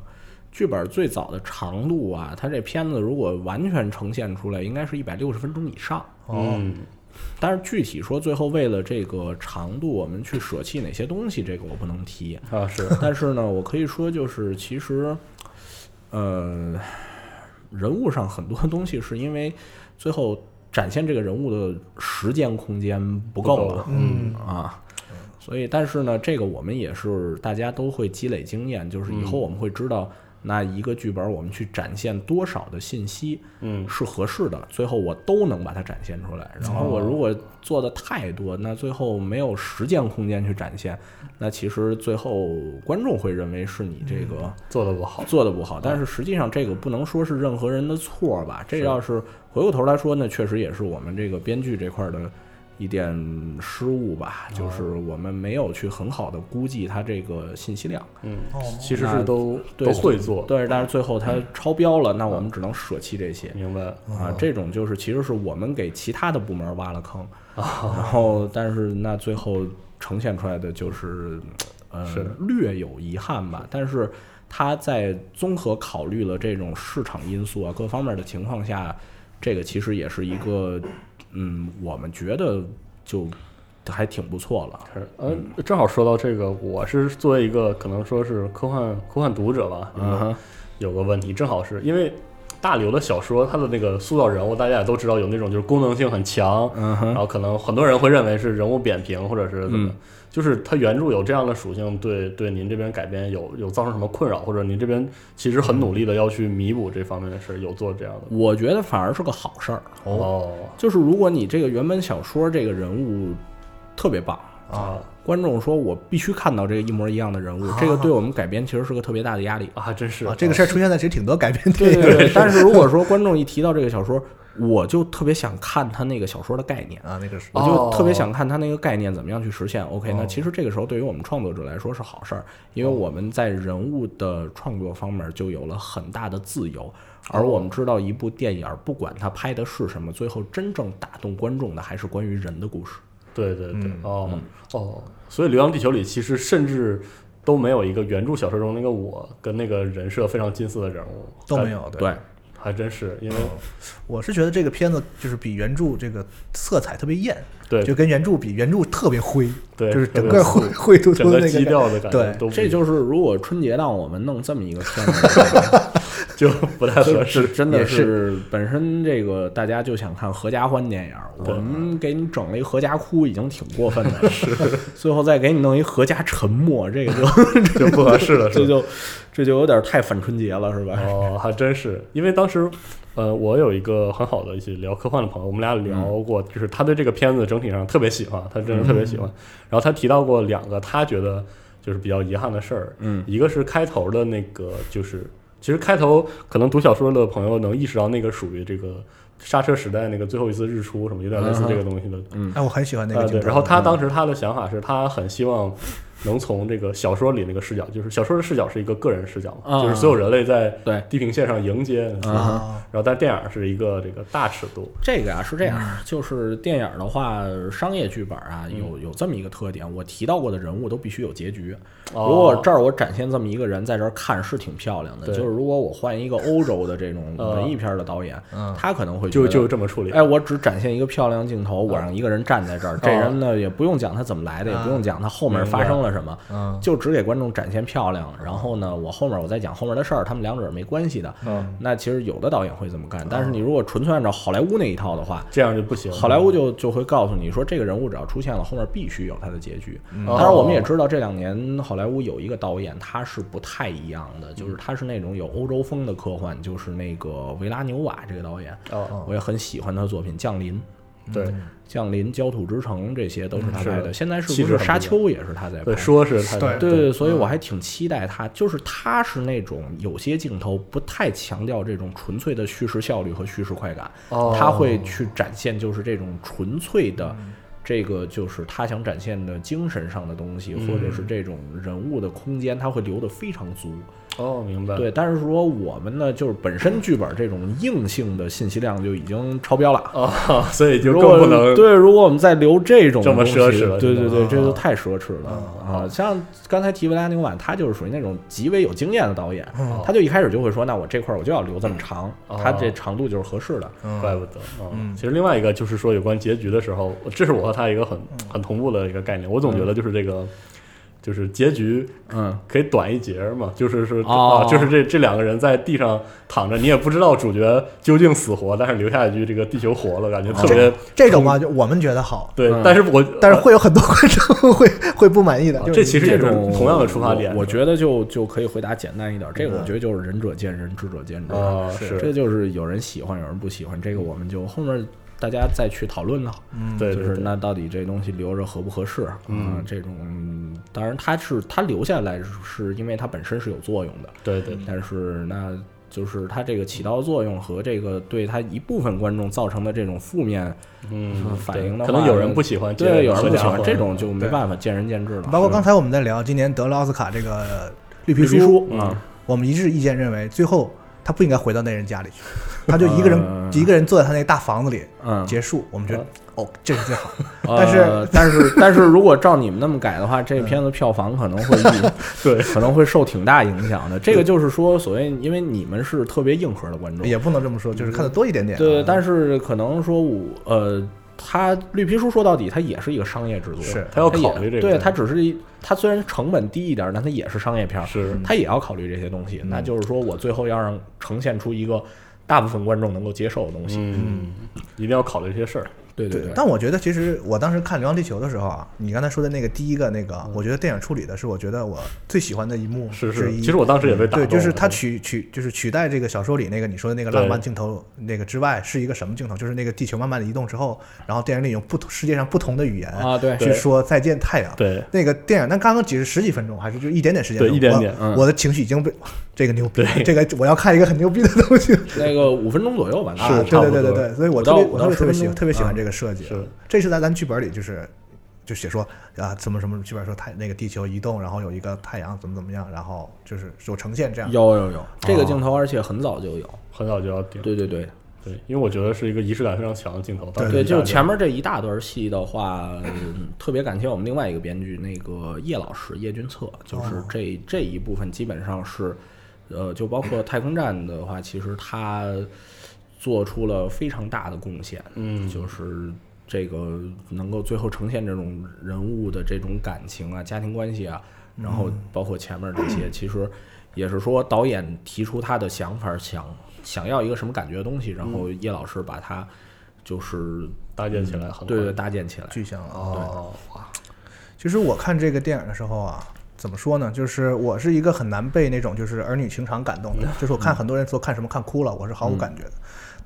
剧本最早的长度啊，它这片子如果完全呈现出来，应该是一百六十分钟以上。嗯，但是具体说，最后为了这个长度，我们去舍弃哪些东西，这个我不能提。啊是，但是呢，我可以说，就是其实，呃，人物上很多东西是因为最后展现这个人物的时间空间不够不够了，嗯啊。所以，但是呢，这个我们也是大家都会积累经验，就是以后我们会知道，那一个剧本我们去展现多少的信息，嗯是合适的，最后我都能把它展现出来。然后我如果做的太多，那最后没有时间空间去展现，那其实最后观众会认为是你这个做的不好，做的不好。但是实际上这个不能说是任何人的错吧？这要是回过头来说呢，确实也是我们这个编剧这块的一点失误吧，就是我们没有去很好的估计它这个信息量。嗯，其实哦那是都都对会做，对，但是最后它超标了，那我们只能舍弃这些。明白，啊，这种就是其实是我们给其他的部门挖了坑，然后但是那最后呈现出来的就是，呃是，略有遗憾吧。但是它在综合考虑了这种市场因素啊各方面的情况下，这个其实也是一个，嗯，我们觉得就还挺不错了。是，呃，正好说到这个，我是作为一个可能说是科幻科幻读者吧，有个嗯哼有个问题，正好是因为大刘的小说，他的那个塑造人物，大家也都知道有那种就是功能性很强，嗯然哼，后可能很多人会认为是人物扁平或者是怎么，嗯就是他原著有这样的属性，对对您这边改编有有造成什么困扰，或者您这边其实很努力的要去弥补这方面的事，有做这样的我觉得反而是个好事儿。哦就是如果你这个原本小说这个人物特别棒，啊观众说：“我必须看到这个一模一样的人物。”这个对我们改编其实是个特别大的压力。啊，还真是啊，这个事儿出现在其实挺多改编电对影对对。但是如果说观众一提到这个小说，我就特别想看他那个小说的概念，啊，那个是我哦就特别想看他那个概念怎么样去实现。OK，哦那其实这个时候对于我们创作者来说是好事儿，因为我们在人物的创作方面就有了很大的自由。而我们知道，一部电影儿不管它拍的是什么，最后真正打动观众的还是关于人的故事。对对对，嗯哦、哦，所以《流浪地球》里其实甚至都没有一个原著小说中那个我跟那个人设非常近似的人物，都没但，有。对，哦对，还真是因为我是觉得这个片子就是比原著这个色彩特别艳，对就跟原著比，原著特别灰，对就是特整别个灰灰秃整秃的个那基个调的感觉对都不这就是如果春节档我们弄这么一个片子，就不 太合适。真的也 是本身这个大家就想看合家欢电影儿，我们给你整了一合家哭已经挺过分 的了，最后再给你弄一合家沉默，这个就 就不合适了，是 这吧？就这就有点太反春节了，是吧？哦，还真是，因为当时，呃，我有一个很好的一起聊科幻的朋友，我们俩聊嗯过，就是他对这个片子整体上特别喜欢，他真是特别喜嗯欢。然后他提到过两个他觉得就是比较遗憾的事儿，嗯，一个是开头的那个，就是其实开头可能读小说的朋友能意识到那个属于这个刹车时代那个最后一次日出什么，有点类似这个东西的哎，我很喜欢那啊，个镜对，头。嗯然后他当时他的想法是他很希望能从这个小说里那个视角，就是小说的视角是一个个人视角嘛，嗯啊就是所有人类在 对地平线上迎接。啊然后，但电影是一个这个大尺度，这个啊是这样，嗯就是电影的话，商业剧本啊有有这么一个特点，我提到过的人物都必须有结局。哦如果这儿我展现这么一个人在这儿看是挺漂亮的，对就是如果我换一个欧洲的这种呃文艺片的导演，他可能会觉嗯就得就这么处理。哎，我只展现一个漂亮镜头，嗯我让一个人站在这哦儿，这人呢也不用讲他怎么来的，也不用讲他后面发生了什么，嗯就只给观众展现漂亮。然后呢，我后面我再讲后面的事儿，他们两者是没关系的。嗯那其实有的导演会这么干，但是你如果纯粹按照好莱坞那一套的话，这样就不嗯行。好莱坞就就会告诉你说，这个人物只要出现了，后面必须有他的结局。哦当然，我们也知道这两年好莱坞有一个导演，他是不太一样的，嗯就是他是那种有欧洲风的科幻，就是那个维拉纽瓦这个导演，哦，嗯我也很喜欢他的作品《降临》。对《降临》《焦土之城》这些都是嗯他是拍的的，现在是气不质是很不《沙一丘》也是他在拍对，？说是他对对对，所以嗯我还挺期待他，就是他是那种有些镜头不太强调这种纯粹的叙事效率和叙事快感，哦他会去展现就是这种纯粹的。这个就是他想展现的精神上的东西，嗯或者是这种人物的空间，他会留得非常足。哦，明白。对，但是说我们呢，就是本身剧本这种硬性的信息量就已经超标了，哦，所以就如更果不能对，如果我们再留这种这么东西奢侈了对对真对，的这就太奢侈了嗯啊！像刚才提维拉纽瓦，他就是属于那种极为有经验的导演，他就一开始就会说，那我这块儿我就要留这么长，嗯哦他这长度就是合适的。怪不得啊、其实另外一个就是说有关结局的时候，这是我和他一个很很同步的一个概念。我总觉得就是这个，就是结局，嗯，可以短一截儿嘛，就是是、哦啊，就是这这两个人在地上躺着，你也不知道主角究竟死活，但是留下一句这个地球活了，感觉哦特别、这种嘛，就我们觉得好，对、嗯但是我但是会有很多观众 会会不满意的啊。就是这其实也这是种同样的出发点，我我得觉得就就可以回答简单一点。这个我觉得就是仁者见仁，智者见智。啊是这就是有人喜欢，有人不喜欢，这个我们就后面大家再去讨论了。对就对是对那到底这东西留着合不合适？嗯，这种当然它是它留下来是因为它本身是有作用的，对对但是那就是它这个起到作用和这个对它一部分观众造成的这种负面嗯，反对应的话，可能有人不喜欢结尾的对，有人不喜合欢家欢这种就没办法，见仁见智了。包括刚才我们在聊今年得了奥斯卡这个绿皮绿皮书，嗯书啊，我们一致意见认为，最后他不应该回到那人家里 去，他就一个啊人一个人坐在他那大房子里嗯，结束。我们觉得嗯哦，这是最好。但但是但是但是如果照你们那么改的话，这片子票房可能会一嗯 对可能会受挺大影响的。这个就是说，所谓因为你们是特别硬核的观众，也不能这么说，就是看的多一点点啊。对，但是可能说我呃，它绿皮书说到底它也是一个商业制作，是他要它也考虑这个，对，它只是一它虽然成本低一点儿，但它也是商业片儿，是它也要考虑这些东西。那就是说我最后要让呈现出一个大部分观众能够接受的东西。嗯，一定要考虑这些事儿。嗯对对但我觉得其实我当时看《流浪地球》的时候啊，你刚才说的那个第一个那个，我觉得电影处理的是我觉得我最喜欢的一幕嗯是之是，一。其实我当时也被打对，动就是了它取取就是取代这个小说里那个你说的那个对浪漫镜头那个之外，是一个什么镜头？就是那个地球慢慢的移动之后，然后电影里用不同世界上不同的语言啊对去对说再见太阳。对那个电影，那刚刚只是十几分钟，还是就一点点时间对钟？一点点我嗯我的情绪已经被哇这个牛逼，对这个我要看一个很牛逼的东西。那个五分钟左右吧，啊那对差不对对多对对，所以我五特到别五我到特别特别十分喜钟，特别喜欢啊这个设计啊，是这是在咱剧本里就是就写说啊怎么什么剧本说太那个地球移动，然后有一个太阳怎么怎么样，然后就是有呈现这样。有有有这个镜头，而且很早就有，很早就要顶。对对对对，因为我觉得是一个仪式感非常强的镜头。当时对，一下就前面这一大段戏的话，嗯特别感谢我们另外一个编剧那个叶老师叶君策，就是哦这这一部分基本上是，呃，就包括太空站的话，其实他做出了非常大的贡献，嗯就是。这个能够最后呈现这种人物的这种感情啊、家庭关系啊，然后嗯包括前面这些，其实也是说导演提出他的想法，想想要一个什么感觉的东西，然后嗯叶老师把它就是搭建起来很对对好搭建起来。具象啊。哦，其实我看这个电影的时候啊，怎么说呢？就是我是一个很难被那种就是儿女情长感动的，就是我看很多人说看什么看哭了，我是毫无感觉的。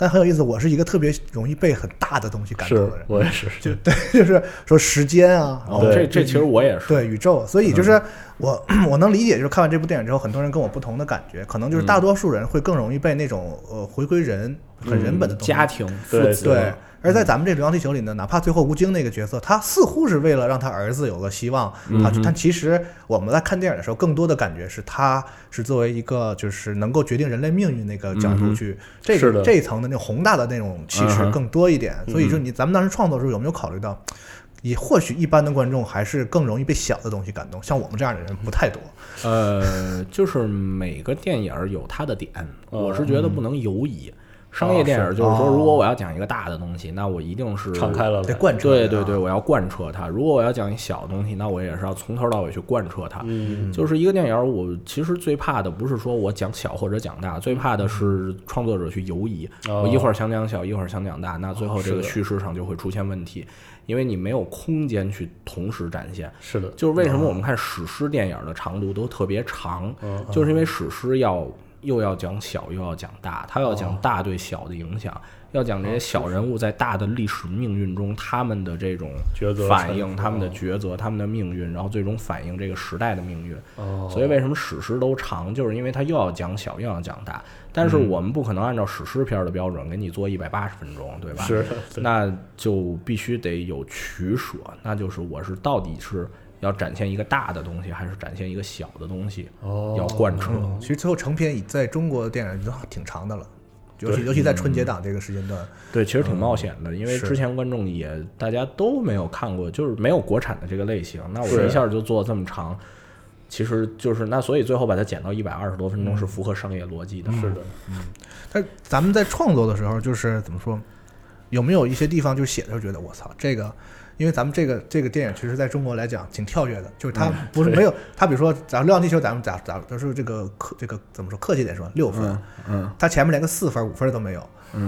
但很有意思，我是一个特别容易被很大的东西感动是的人，我也是，就对， 就是说时间啊，然后哦，这这其实我也是，嗯对宇宙，所以就是我 我能理解，就是看完这部电影之后，很多人跟我不同的感觉，可能嗯就是大多数人会更容易被那种呃回归人很人本的东西嗯家庭、父对子，对。而在咱们这《流浪地球》里呢，哪怕最后吴京那个角色，他似乎是为了让他儿子有个希望，他但其实我们在看电影的时候，更多的感觉是他是作为一个就是能够决定人类命运那个角度去这是个的这一层的那种宏大的那种气势嗯哼更多一点。所以说你咱们当时创作的时候有没有考虑到？也或许一般的观众还是更容易被小的东西感动，像我们这样的人不太多。呃，就是每个电影有它的点，哦我是觉得不能游移。商业电影就是哦说，如果我要讲一个大的东西，那我一定是敞开了来啊得贯彻对它对对，我要贯彻它。如果我要讲一小东西，那我也是要从头到尾去贯彻它。嗯，就是一个电影儿，我其实最怕的不是说我讲小或者讲大，最怕的是创作者去游移。哦我一会儿想讲小，一会儿想讲大，那最后这是个的叙事上就会出现问题，因为你没有空间去同时展现。是的，就是为什么我们看史诗电影的长度都特别长，啊就是因为史诗要又要讲小又要讲大，它要讲大对小的影响，要讲这些小人物在大的历史命运中他们的这种抉择反产应、生他们的抉择、他们的命运，然后最终反映这个时代的命运。哦，所以为什么史诗都长，就是因为它又要讲小又要讲大，但是嗯我们不可能按照史诗片的标准给你做一百八十分钟，对吧？是的对那就必须得有取舍，那就是我是到底是要展现一个大的东西，还是展现一个小的东西，哦要贯彻。嗯，其实最后成片已在中国的电影已经挺长的了，尤其尤其在春节档这个时间段，对，其实挺冒险的，因为是之前观众也大家都没有看过，就是没有国产的这个类型。那我是一下就做这么长，其实就是那，所以最后把它剪到一百二十多分钟是符合商业逻辑的。是的，但是咱们在创作的时候，就是怎么说，有没有一些地方就写的时候觉得我操这个，因为咱们这个这个电影其实在中国来讲挺跳跃的，就嗯是它不是没有、它，比如说咱《流浪地球》，咱们咋咋都是这个客这个怎么说客气点说六分，嗯它前面连个四分五分都没有，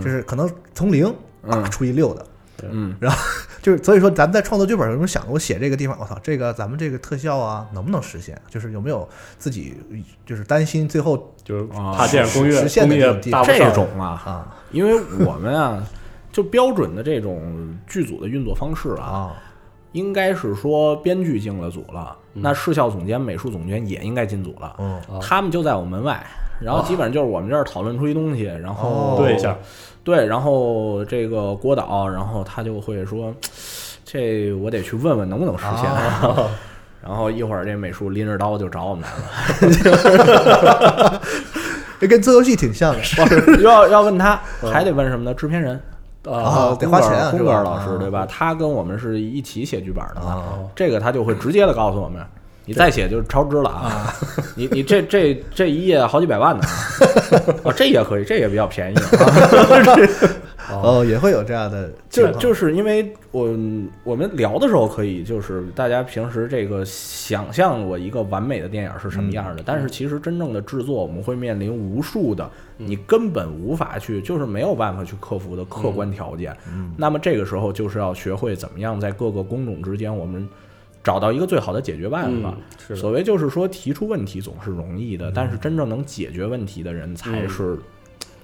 就是可能从零、啊出一六的。嗯，然后就是，所以说咱们在创作剧本的时候有没有想过，我写这个地方，我操，这个咱们这个特效啊，能不能实现？就是有没有自己就是担心最后就是哦怕电影工业实现的工这业种地搭不这上种啊，啊因为我们啊，就标准的这种剧组的运作方式啊，啊应该是说编剧进了组了，那视效总监、美术总监也应该进组了，嗯他们就在我门外。然后基本上就是我们这儿讨论出一东西，然后哦对一下，对，然后这个郭导，然后他就会说，这我得去问问能不能实现。 然后一会儿这美术拎着刀就找我们来了，这跟做游戏挺像的， 要要问他，还得问什么呢？制片人，嗯呃啊，得宫花格钱尔啊，哦宫是格吧？尔老师对吧？吧？他跟我们是一起写剧本的嘛，这个他就会直接的告诉我们，你再写就是超支了啊！ 你你这 这哦这一页好几百万呢，啊，这也可以，这也比较便宜啊。哦，也会有这样的情就况，就是因为我我们聊的时候可以，就是大家平时这个想象我一个完美的电影是什嗯么样的，但是其实真正的制作，我们会面临无数的嗯你根本无法去，就是没有办法去克服的客嗯观条件。那么这个时候就是要学会怎么样在各个工种之间，我们找到一个最好的解决办法。嗯是的嗯所谓就是说，提出问题总是容易的，但是真正能解决问题的人才是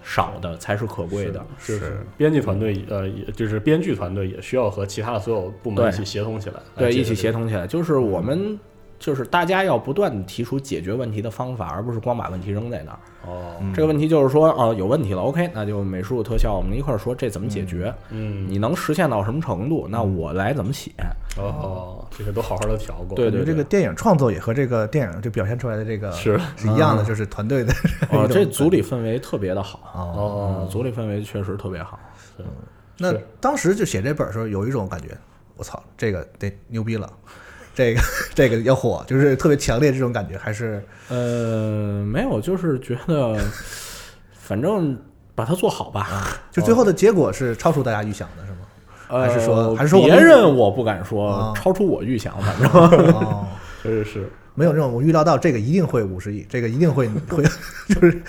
少的，才是可贵的。就是编辑团队，呃，也就是编剧团队也需要和其他的所有部门一起协同起来，来对，解一决起协这个。同起来，就是嗯我们就是大家要不断地提出解决问题的方法，而不是光把问题扔在那儿。哦，嗯这个问题就是说，啊，有问题了，OK，那就美术特效，我们一块儿说这怎么解决，嗯，你能实现到什么程度？嗯那我来怎 么写？哦，这个都好好的调过。对感对觉这个电影创作也和这个电影就表现出来的这个是 是一样的，就是团队的 哦，一种这组里氛围特别的好，哦。嗯哦，组里氛围确实特别好。那是当时就写这本儿的时候，有一种感觉，我操，这个得牛逼了，这个 这个要火，就是特别强烈这种感觉，还是呃，没有，就是觉得，反正把它做好吧。就最后的结果是超出大家预想的，是吗？嗯还是说呃还是说我别们人我不敢说，啊超出我预想，反正。 哦，确实是。没有这种我预料到这个一定会五十亿，这个一定会 会就是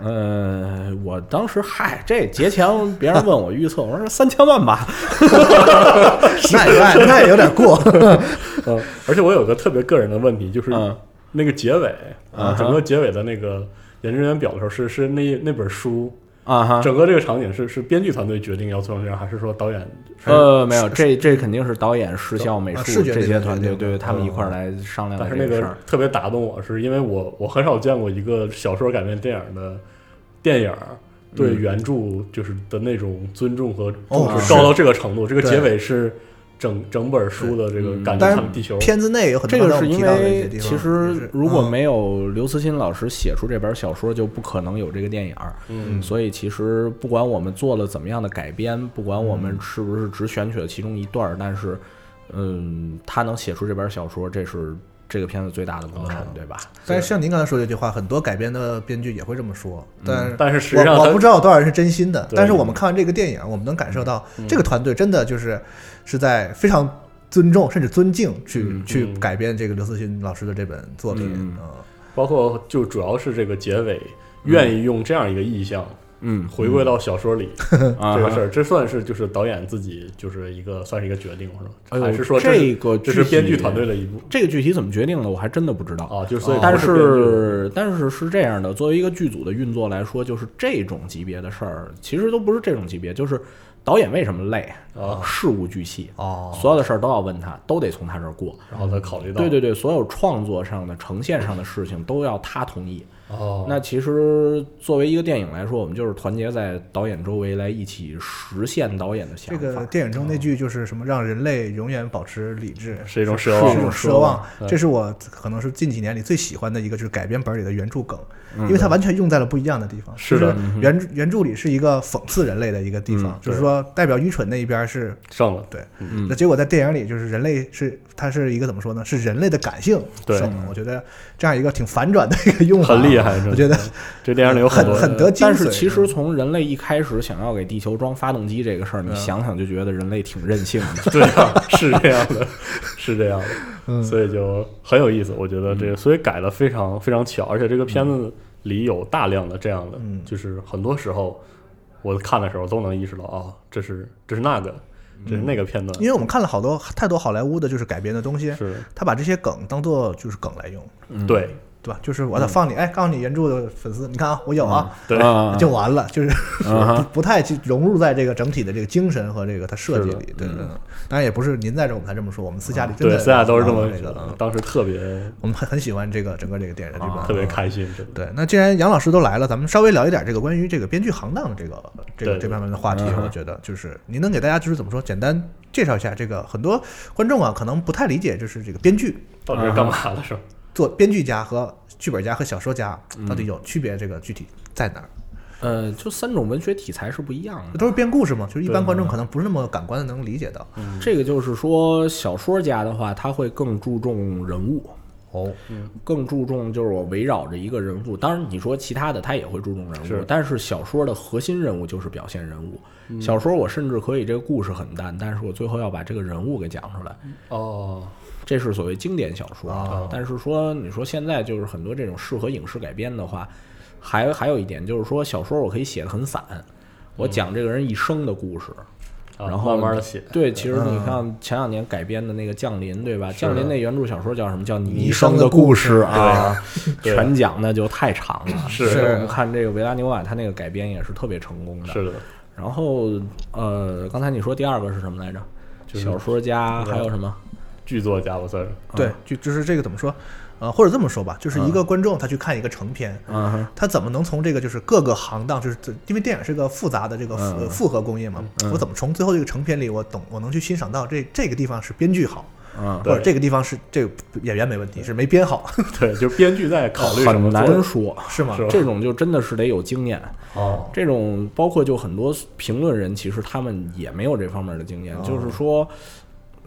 呃，我当时嗨，这节前别人问我预测，我说三千万吧，那也那也那也有点 过，嗯，而且我有个特别个人的问题，就是嗯那个结尾，啊哈整个结尾的那个研究人员表的时候，是是那那本书，啊哈，整个这个场景是是编剧团队决定要做成这样，还是说导演？呃，没有，这这肯定是导演、视效、美术、啊视觉这这嗯些边团队，决定的对他们一块儿来商量但是的这那事个儿。特别打动我，是因为我我很少见过一个小说改编电影的电影儿对嗯原著就是的那种尊重和哦重视是高到这个程度，这个对结尾是整整本书的这个嗯感觉但他们地是球片子内有很多这个刚才我是们因提到的一些为，地方其实也是如果嗯没有刘慈欣老师写出这本小说，就不可能有这个电影儿。嗯所以其实不管我们做了怎么样的改编，不管我嗯们是不是只选取了其中一段儿，但是，嗯，他能写出这本小说，这是这个片子最大的功哦臣，对吧？但是像您刚才说这句话，很多改编的编剧也会这么说，但但是实际上我他我不知道有多少人是真心的。对但是我们看完这个电影，我们能感受到这个团队真的就是是在非常尊重甚至尊敬去、去改编这个刘慈欣老师的这本作品。嗯嗯包括就主要是这个结尾愿意用这样一个意象嗯，回归到小说里啊 这个事儿，这算是就是导演自己就是一个算是一个决定是吧？哎呦还是说这是个这是具体编剧团队的一部这个具体怎么决定的，我还真的不知道。啊？就所以但都是是，但是是这样的，作为一个剧组的运作来说，就是这种级别的事儿，其实都不是这种级别，就是导演为什么累，呃啊事无巨细，哦，所有的事儿都要问他，都得从他这儿过。编剧然后他考虑到对对对，所有创作上的、呈现上的事情都要他同意。哦，那其实作为一个电影来说，我们就是团结在导演周围来一起实现导演的想这法。个电影中那句就是什么“让人类永远保持理智”，是一嗯种奢是望一种吗，奢望。对这是我可能是近几年里最喜欢的一个，就是改编本里的原著梗，因为它完全用在了不一样的地方。嗯是就的嗯原著原著里是一个讽刺人类的一个地方，就是说代表愚蠢那一边是。上了对，那结果在电影里，就是人类是它是一个怎么说呢？是人类的感性对胜了。我觉得这样一个挺反转的一个用法，很厉害真的我觉得这电影里有很多很得精髓。呃嗯但是其实从人类一开始想要给地球装发动机这个事儿，嗯你想想就觉得人类挺任性 的。对啊，是这样的， 是这样嗯的，所以就很有意思。我觉得这个，所以改的非常非常巧，而且这个片嗯子里有大量的这样的，就是很多时候我看的时候都能意识到啊，这是这是那个，这是那个片段嗯因，为我们看了好多太多好莱坞的就是改编的东西，是嗯他把这些梗当做就是梗来用，对对吧？就是我得放你，哎，告诉你原著的粉丝，你看啊，我有啊，嗯对嗯啊，就完了，就是 啊不不太去融入在这个整体的这个精神和这个它设计是的嗯里，对对。对当然也不是您在这儿我们才这么说，我们私下里真对，的私下都是这么那觉个得嗯，当时特别我们很很喜欢这个整个这个电影的这个啊特别开心，真的。对，那既然杨老师都来了，咱们稍微聊一点这个关于这个编剧行当的这个这个对这方面的话题嗯。我觉得就是您能给大家就是怎么说，简单介绍一下这个很多观众啊可能不太理解，就是这个编剧到底是啊干嘛的是吧？做编剧家和剧本家和小说家到底有区别，这个具体在哪儿？呃，就三种文学体裁是不一样的。都是编故事嘛，就是一般观众可能不是那么感官的嗯能理解到。这个就是说，小说家的话，他会更注重人物，哦，更注重就是我围绕着一个人物。当然，你说其他的他也会注重人物，是但是小说的核心任务就是表现人物。嗯小说我甚至可以这个故事很淡，但是我最后要把这个人物给讲出来，哦，这是所谓经典小说。啊哦但是说你说现在就是很多这种适合影视改编的话，还还有一点就是说小说我可以写的很散，我讲这个人一生的故事。嗯啊然后慢慢的写，嗯对，其实你看前两年改编的那个《降临》，对吧？《降临》那原著小说叫什么？叫《你一生生的故故事事》啊， 对全讲那就太长了。是所以我们看这个维拉纽瓦他那个改编也是特别成功的。是的，然后呃，刚才你说第二个是什么来着？就是小说家还有什么？剧作家吧算是， 对，就就是这个怎么说？呃，或者这么说吧，就是一个观众他去看一个成片，嗯哼，他怎么能从这个就是各个行当，就是这因为电影是个复杂的这个复呃复合工业嘛，我怎么从最后这个成片里，我懂，我能去欣赏到这这个地方是编剧好，嗯，或者这个地方是这个演员没问题，是没编好， 对，就是编剧在考虑什么做很难说，是吗？是这种就真的是得有经验。哦，这种包括就很多评论人，其实他们也没有这方面的经验，哦就是说。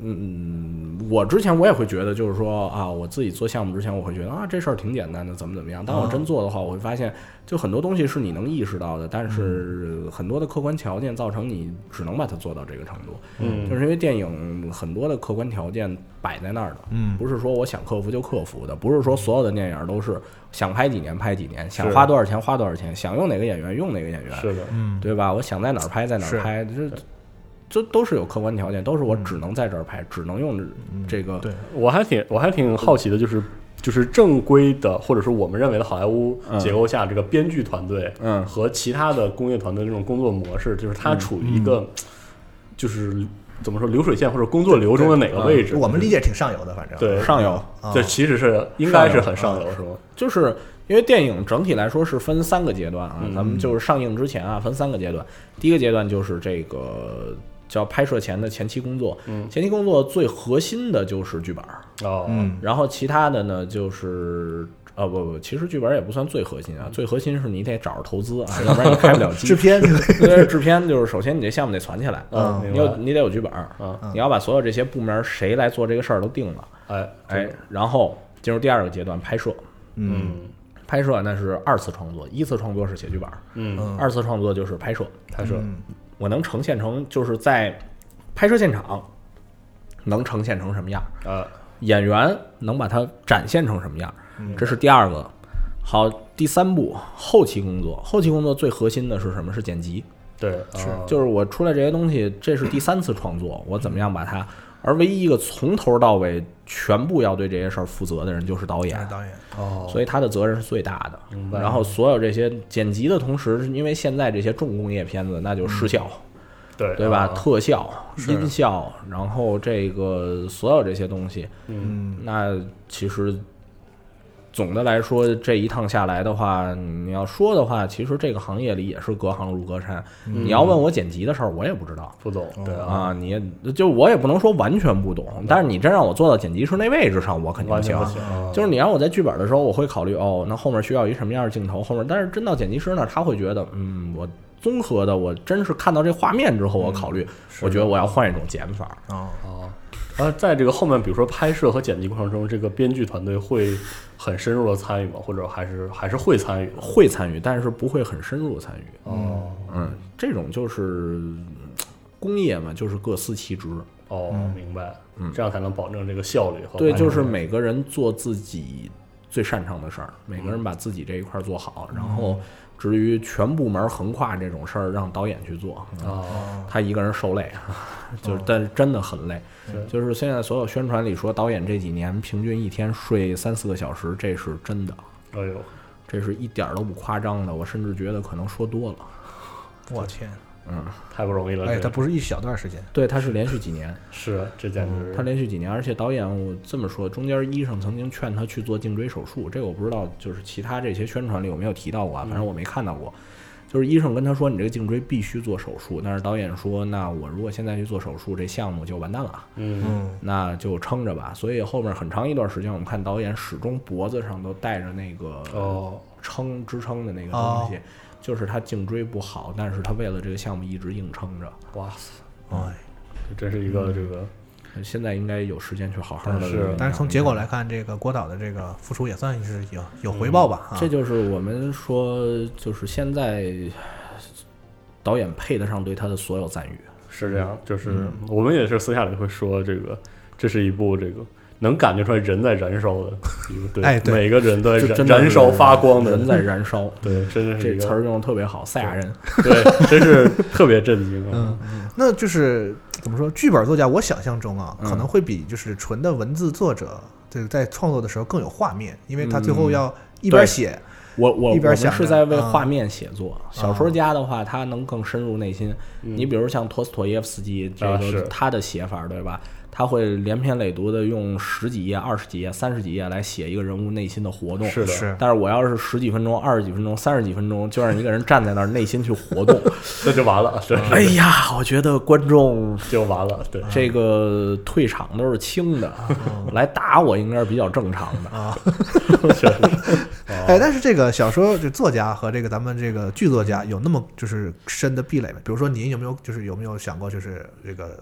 嗯，我之前我也会觉得，就是说啊，我自己做项目之前，我会觉得啊，这事儿挺简单的，怎么怎么样。哦当我真做的话，我会发现，就很多东西是你能意识到的，但嗯是很多的客观条件造成你只能把它做到这个程度。嗯就是因为电影很多的客观条件摆在那儿的，嗯，不是说我想克服就克服的，不是说所有的电影都是想拍几年拍几年，想是花多少钱花多少钱，想用哪个演员用哪个演员，是的，对吧？我想在哪儿拍在哪是儿拍，这这都是有客观条件，都是我只能在这儿拍，只能用这个对我还挺我还挺好奇的，就是就是正规的，或者说我们认为的好莱坞结构下，这个编剧团队，嗯和其他的工业团队这种工作模式，就是它处于一个，就是怎么说流水线或者工作流中的哪个位置？我们理解挺上游的，反正对上游，啊这其实是应该是很嗯上游，是吗？就是因为电影整体来说是分三个阶段啊，咱们就是上映之前啊分三个阶段。第一个阶段就是这个叫拍摄前的前期工作，前期工作最核心的就是剧本儿，哦，嗯然后其他的呢就是。呃、不不，其实剧本儿也不算最核心啊，嗯最核心是你得找着投资啊， 要不然你开不了机。制片 对制片就是首先你这项目得攒起来，嗯你明白嗯有你得有剧本儿，你要把所有这些部门谁来做这个事儿都定了，哎哎，然后进入第二个阶段拍摄，嗯拍摄那是二次创作，一次创作是写剧本儿，嗯，二次创作就是拍摄。他说我能呈现成就是在拍摄现场能呈现成什么样，啊演员能把它展现成什么样，嗯这是第二个。好，第三步后期工作，后期工作最核心的是什么？是剪辑。对啊是就是我出来这些东西，这是第三次创作，我怎么样把它？而唯一一个从头到尾全部要对这些事儿负责的人就是导演哎，导演哦所以他的责任是最大的。明白然后所有这些剪辑的同时，因为现在这些重工业片子，那就视效，嗯对对吧？啊特效、音效，然后这个所有这些东西，嗯，那其实总的来说，这一趟下来的话，你要说的话，其实这个行业里也是隔行如隔山。嗯你要问我剪辑的事儿，我也不知道。不懂对啊，嗯啊，你也就我也不能说完全不懂，但是你真让我做到剪辑师那位置上，我肯定完不全行不。行啊就是你让我在剧本的时候，我会考虑哦，那后面需要一什么样的镜头，后面，但是真到剪辑师那儿，他会觉得，嗯，我综合的，我真是看到这画面之后，我考虑，嗯我觉得我要换一种剪法儿。啊，哦。而在这个后面，比如说拍摄和剪辑过程中，这个编剧团队会很深入的参与吗？或者还是还是会参与的？会参与，但是不会很深入参与。哦嗯，这种就是嗯工业嘛，就是各司其职。哦，明白，这样才能保证这个效率和嗯对，完成就是每个人做自己最擅长的事儿，每个人把自己这一块儿做好，然后至于全部门横跨这种事儿，让导演去做。嗯哦，他一个人受累， 就是但是真的很累。就是现在所有宣传里说导演这几年平均一天睡三四个小时，这是真的，哎呦，这是一点儿都不夸张的。我甚至觉得可能说多了。我天，太不容易了，哎，这他不是一小段时间，对，他是连续几年，是这简嗯直嗯他连续几年，而且导演我这么说，中间医生曾经劝他去做颈椎手术，这个我不知道，就是其他这些宣传里有没有提到嗯过啊，反正我没看到过。就是医生跟他说，你这个颈椎必须做手术，但是导演说，那我如果现在去做手术，这项目就完蛋了。嗯嗯，那就撑着吧。所以后面很长一段时间，我们看导演始终脖子上都带着那个哦撑支撑的那个东哦西，就是他颈椎不好，但是他为了这个项目一直硬撑着。哇塞，哎，嗯这真是一个这个现在应该有时间去好好的。是但是从结果来看，这个郭导的这个付出也算是有有回报吧？啊，嗯这就是我们说，就是现在导演配得上对他的所有赞誉。是这嗯样，就是我们也是私下里会说，这个这是一部这个能感觉出来人在燃烧的一部，对，哎对每个人都在就燃真的是燃烧发光的人在燃烧， 对，真的是这一词个儿用的特别好，赛亚人。对，真是特别震惊嗯啊！那就是怎么说，剧本作家，我想象中啊，嗯可能会比就是纯的文字作者，这个在创作的时候更有画面，因为他最后要一边嗯对哦写，我我一边我们想着是在为啊嗯画面写作。小说家的话，他能更深入内心。你比如像托斯妥耶夫斯基，这啊个是他的写法，对吧？他会连篇累牍的用十几页、二十几页、三十几页来写一个人物内心的活动。是的，是但是我要是十几分钟、二十几分钟、三十几分钟，就让一个人站在那儿内心去 活动，这就完了，真是 哎呀，我觉得观众 就完了，对，这个退场都是轻的，嗯来打我应该是比较正常的。哎，但是这个小说就作家和这个咱们这个剧作家有那么就是深的壁垒吗？比如说您有没有就是有没有想过就是这个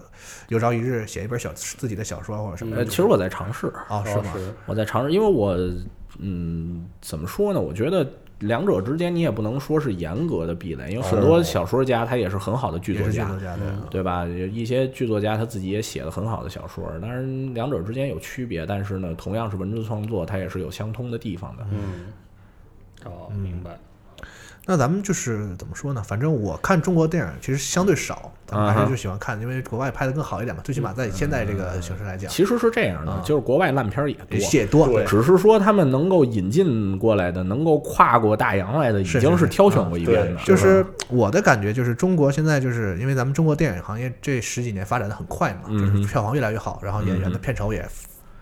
有朝一日写一本小自己的小说或者什么呃，的？其实我在尝试，哦，是是吗？我在尝试，因为我嗯，怎么说呢？我觉得两者之间你也不能说是严格的壁垒，因为很多小说家他也是很好的剧哦也作是剧家，嗯作家嗯的。对吧？有一些剧作家他自己也写了很好的小说，当然两者之间有区别，但是呢，同样是文字创作，它也是有相通的地方的。嗯，哦，明白，那咱们就是怎么说呢？反正我看中国电影其实相对少，咱们啊还是就喜欢看，因为国外拍的更好一点嘛。最起码在现在这个形势来讲，嗯其实是这样嗯的，就是国外烂片儿也多，写多对只是说他们能够引进过来的，能够跨过大洋来的，已是经是是是挑选过一对遍的。就是我的感觉，就是中国现在就是因为咱们中国电影行业这十几年发展的很快嘛，嗯就哼嗯是票房越来越好，然后演员的片酬也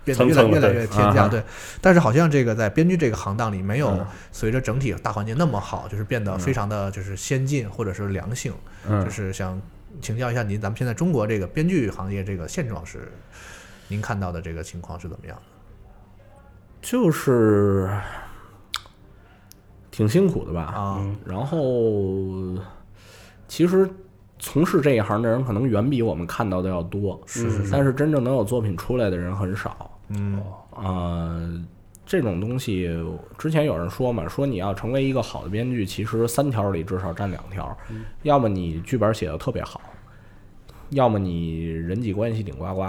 变得蹭越来蹭的越来对越天啊价，哈对。但是好像这个在编剧这个行当里，没有嗯随着整体大环境那么好，就是变得非常的就是先进或者是良性。嗯就是想请教一下您，咱们现在中国这个编剧行业这个现状是您看到的这个情况是怎么样的？就是挺辛苦的吧？啊，然后其实从事这一行的人可能远比我们看到的要多，是是是但是真正能有作品出来的人很少。嗯，呃，这种东西之前有人说嘛，说你要成为一个好的编剧，其实三条里至少占两条，嗯要么你剧本写的特别好，要么你人际关系顶 呱呱，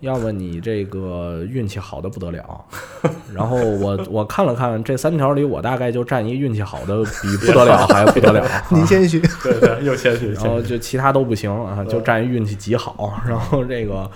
要么你这个运气好的不得了。然后我我看了看这三条里，我大概就占一运气好的比不 得了还不得了。您谦虚，对对，又谦虚，然后谦虚，就其他都不行啊，就占运气极好。 然后这个，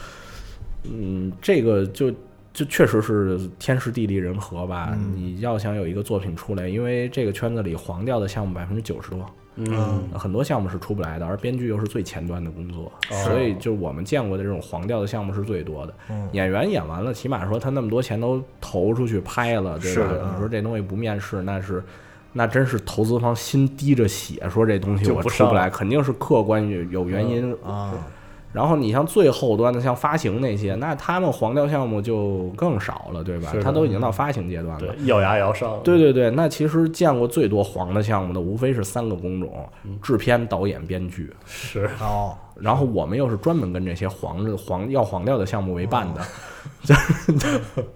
嗯，这个就就确实是天时地利人和吧。嗯你要想有一个作品出来，因为这个圈子里黄掉的项目百分之九十多，嗯，很多项目是出不来的，而编剧又是最前端的工作，哦所以就我们见过的这种黄掉的项目是最多的。嗯演员演完了，起码说他那么多钱都投出去拍了，对吧？是的嗯你说这东西不面试，那是那真是投资方心滴着血，说这东西就哎我不出不上嗯来，肯定是客观有有原因。啊，然后你像最后端的，像发行那些，那他们黄掉项目就更少了，对吧是？的嗯他都已经到发行阶段了对，。一咬牙也要上，对对对，那其实见过最多黄的项目的，无非是三个工种：嗯制片、导演、编剧。是， 哦，然后我们又是专门跟这些黄的黄要黄掉的项目为伴哦的，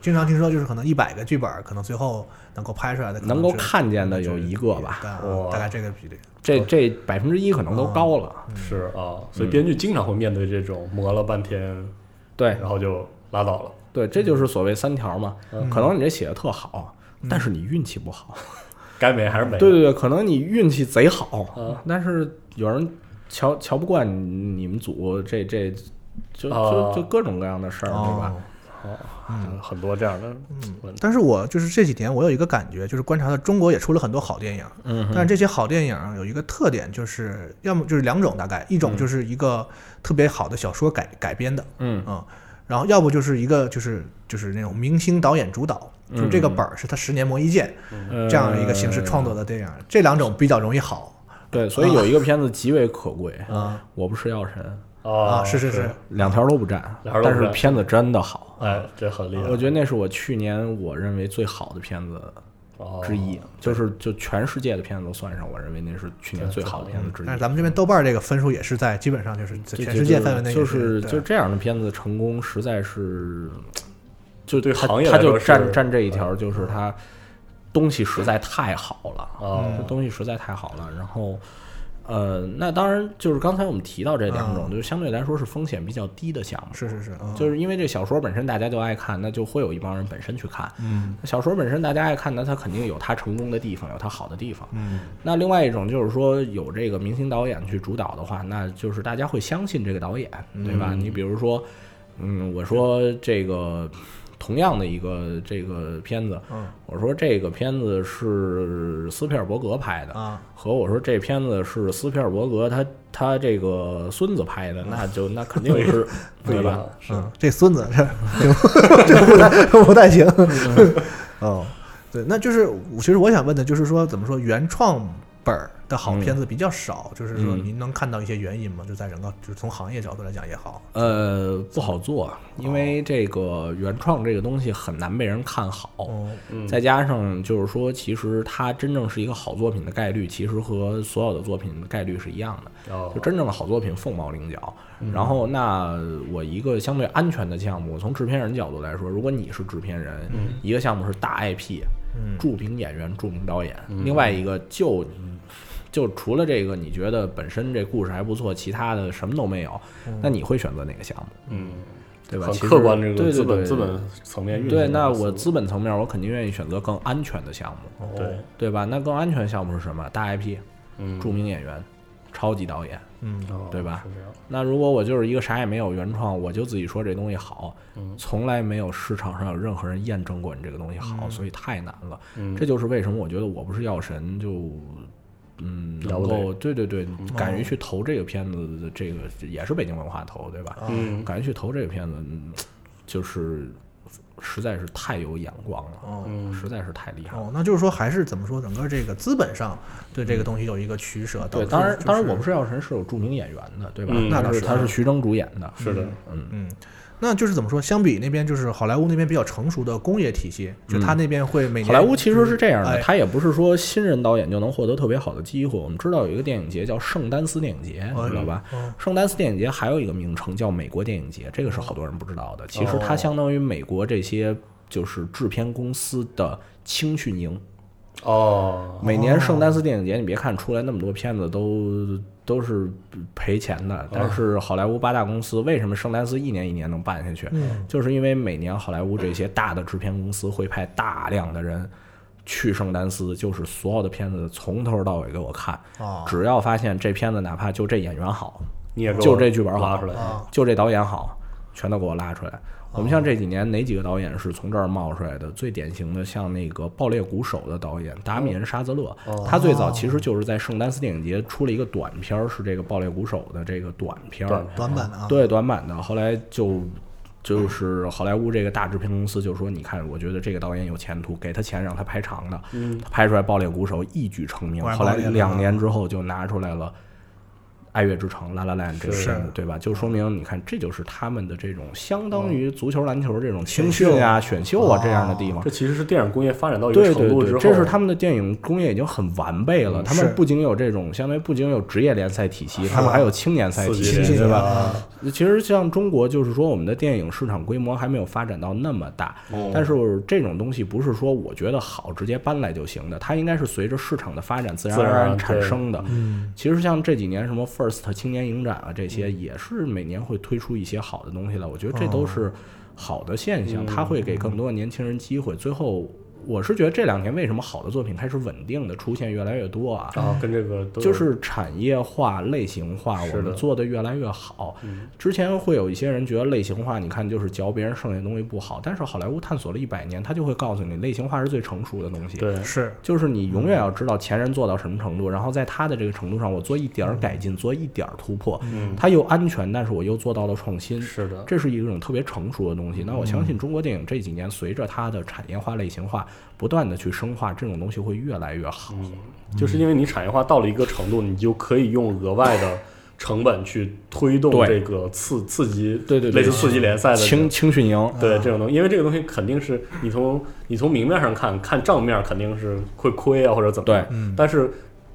经常听说就是可能一百个剧本，可能最后能够拍出来的，可能嗯够是看见嗯的有一个吧，大哇大概这个比例。这这百分之一可能哦都高了。是啊，嗯所以编剧经常会面对这种磨了半天，对然后就拉倒了，对，这就是所谓三条嘛。嗯可能你这写的特好，但是你运气不好。该没还是没，对对对，可能你运气贼啊好，但是有人瞧瞧不惯你们组这这。就就哦就各种各样的事儿，哦对吧？嗯，很多这样的问题，但是我就是这几年我有一个感觉，就是观察到中国也出了很多好电影，嗯，但是这些好电影有一个特点，就是要么就是两种大概，一种就是一个特别好的小说改改编的，嗯然后要不就是一个就是就是那种明星导演主导，就是这个嗯本儿是他十年磨一剑、嗯这样的一个形式创作的电影，这两种比较容易好呃对，所以有一个片子极为可贵，啊我不是药神，啊啊，是是是，两条都不占，两条都但不是占片子真的好。哎，这很厉害，我觉得那是我去年我认为最好的片子哦之一，就是就全世界的片子都算上，我认为那是去年最好的片子之嗯一。但是咱们这边豆瓣这个分数也是在基本上就是在对全对世界对范围内也就是就对这样的片子成功，实在是就对他行业他来就说占是嗯占这一条，就是他东西实在太好了，啊哦嗯这东西实在太好了。然后呃，那当然就是刚才我们提到这两种，嗯就是相对来说是风险比较低的项目，是是是，嗯就是因为这小说本身大家就爱看，那就会有一帮人本身去看。嗯小说本身大家爱看，那它肯定有它成功的地方，有它好的地方。嗯那另外一种就是说，有这个明星导演去主导的话，那就是大家会相信这个导演，对吧？你比如说，嗯，我说这个同样的一个这个片子，嗯我说这个片子是斯皮尔伯格拍的，啊，和我说这片子是斯皮尔伯格他他这个孙子拍的，那就那肯定是不一对吧样？，是嗯，这孙子这 这不太不太 行，哦，对，那就是我其实我想问的就是说，怎么说原创本儿的好片子比较少，就是说嗯您能看到一些原因吗？就在整个就是从行业角度来讲也好，呃，不好做，因为这个原创这个东西很难被人看好。哦，再加上就是说，其实它真正是一个好作品的概率，其实和所有的作品的概率是一样的。哦就真正的好作品凤毛麟角。嗯然后，那我一个相对安全的项目，从制片人角度来说，如果你是制片人，嗯一个项目是大 IP，嗯著名演员、著名导演，嗯另外一个就就除了这个，你觉得本身这故事还不错，其他的什么都没有，那你会选择哪个项目？嗯，对吧？很其实客观这个对资对本对资本层面运行对，的那思我路资本层面，我肯定愿意选择更安全的项目，对对吧？那更安全项目是什么？大 IP、嗯著名演员、超级导演。嗯哦对吧是这样那如果我就是一个啥也没有原创，我就自己说这东西好，从来没有市场上有任何人验证过你这个东西好，所以太难了。嗯这就是为什么我觉得我不是药神就。嗯，了能不得够对对对，敢于去投这个片子的这个也是北京文化投对吧？嗯敢于去投这个片子，嗯就是实在是太有眼光了，哦实在是太厉害了。哦，那就是说还是怎么说，整个这个资本上对嗯这个东西有一个取舍。导对，致当然就当然，我不是药神是有著名演员的，对吧？嗯他那倒是是他是徐峥主演的，是的，嗯，那就是怎么说？相比那边就是好莱坞那边比较成熟的工业体系，就嗯他那边会每年好莱坞其实是这样哎的，他也不是说新人导演就能获得特别好的机会。我们知道有一个电影节叫圣丹斯电影节，哦你知道吧？圣丹斯电影节还有一个名称叫美国电影节，这个是好多人不知道的。其实哦它相当于美国这些就是制片公司的青训营。哦，每年圣丹斯电影节，你别看出来那么多片子都都是赔钱的，但是好莱坞八大公司为什么圣丹斯一年一年能办下去？就是因为每年好莱坞这些大的制片公司会派大量的人去圣丹斯，就是所有的片子从头到尾给我看，啊，只要发现这片子哪怕就这演员好，你也给就我这剧本拉好出来，就这导演好，全都给我拉出来。我们像这几年哪几个导演是从这儿冒出来的？最典型的像那个《爆裂鼓手》的导演达米恩·沙泽勒，他最早其实就是在圣丹斯电影节出了一个短片儿，是这个《爆裂鼓手》的这个短片短儿，片短板的啊，对短版的。后来就就是好莱坞这个大制片公司就说：“你看，我觉得这个导演有前途，给他钱让他拍长的。”他拍出来《爆裂鼓手》一举成名，果然后来爆裂了两年之后就拿出来了。《爱乐之城》《拉拉烂》这个是片子，对吧？就说明你看，这就是他们的这种相当于足球、篮球这种青训啊、选秀啊这样的地方这。其实是电影工业发展到一个对程对度之后，对，这是他们的电影工业已经很完备了。他是们不仅有这种，相当于不仅有职业联赛体系，他们还有青年赛体刺激系，人对吧？啊吧？其实像中国，就是说我们的电影市场规模还没有发展到那么大，但是这种东西不是说我觉得好直接搬来就行的，它应该是随着市场的发展自然自然而对然嗯产生的。其实像这几年什么 First 青年影展啊这些，也是每年会推出一些好的东西来，我觉得这都是好的现象，它会给更多的年轻人机会。最后，我是觉得这两年为什么好的作品开始稳定的出现越来越多啊？啊，跟这个都有就是产业化、类型化，是的我们做的越来越好。之前会有一些人觉得类型化，你看就是嚼别人剩下的东西不好，但是好莱坞探索了一百年，他就会告诉你，类型化是最成熟的东西。对是就是你永远要知道前人做到什么程度，然后在他的这个程度上，我做一点儿改进，做一点儿突破，它又安全，但是我又做到了创新。嗯是嗯的，这是一种特别成熟的东西。那我相信中国电影这几年随着它的产业化、类型化不断的去深化，这种东西嗯会越来越好。就是因为你产业化到了一个程度，你就可以用额外的成本去推动对这个次次级，对对对类似次级联赛的这青种青训营，对啊这种东西，因为这个东西肯定是你从你从明面上看，看账面肯定是会亏啊或者怎么样对，嗯，但是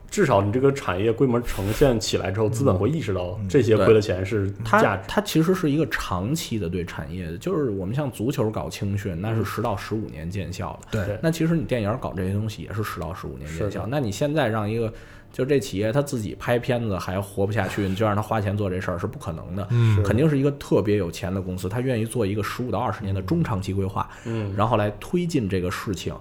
至少你这个产业规模呈现起来之后，资本会意识嗯到这些亏的钱是嗯价它值，它其实是一个长期的对产业的，就是我们像足球搞青训，那是十到十五年见效的。对对那其实你电影搞这些东西也是十到十五年见是效的。那你现在让一个就这企业他自己拍片子还活不下去，你就让他花钱做这事儿是不可能的。嗯是肯定是一个特别有钱的公司，他愿意做一个十五到二十年的中长期规划，嗯，然后来推进这个事情。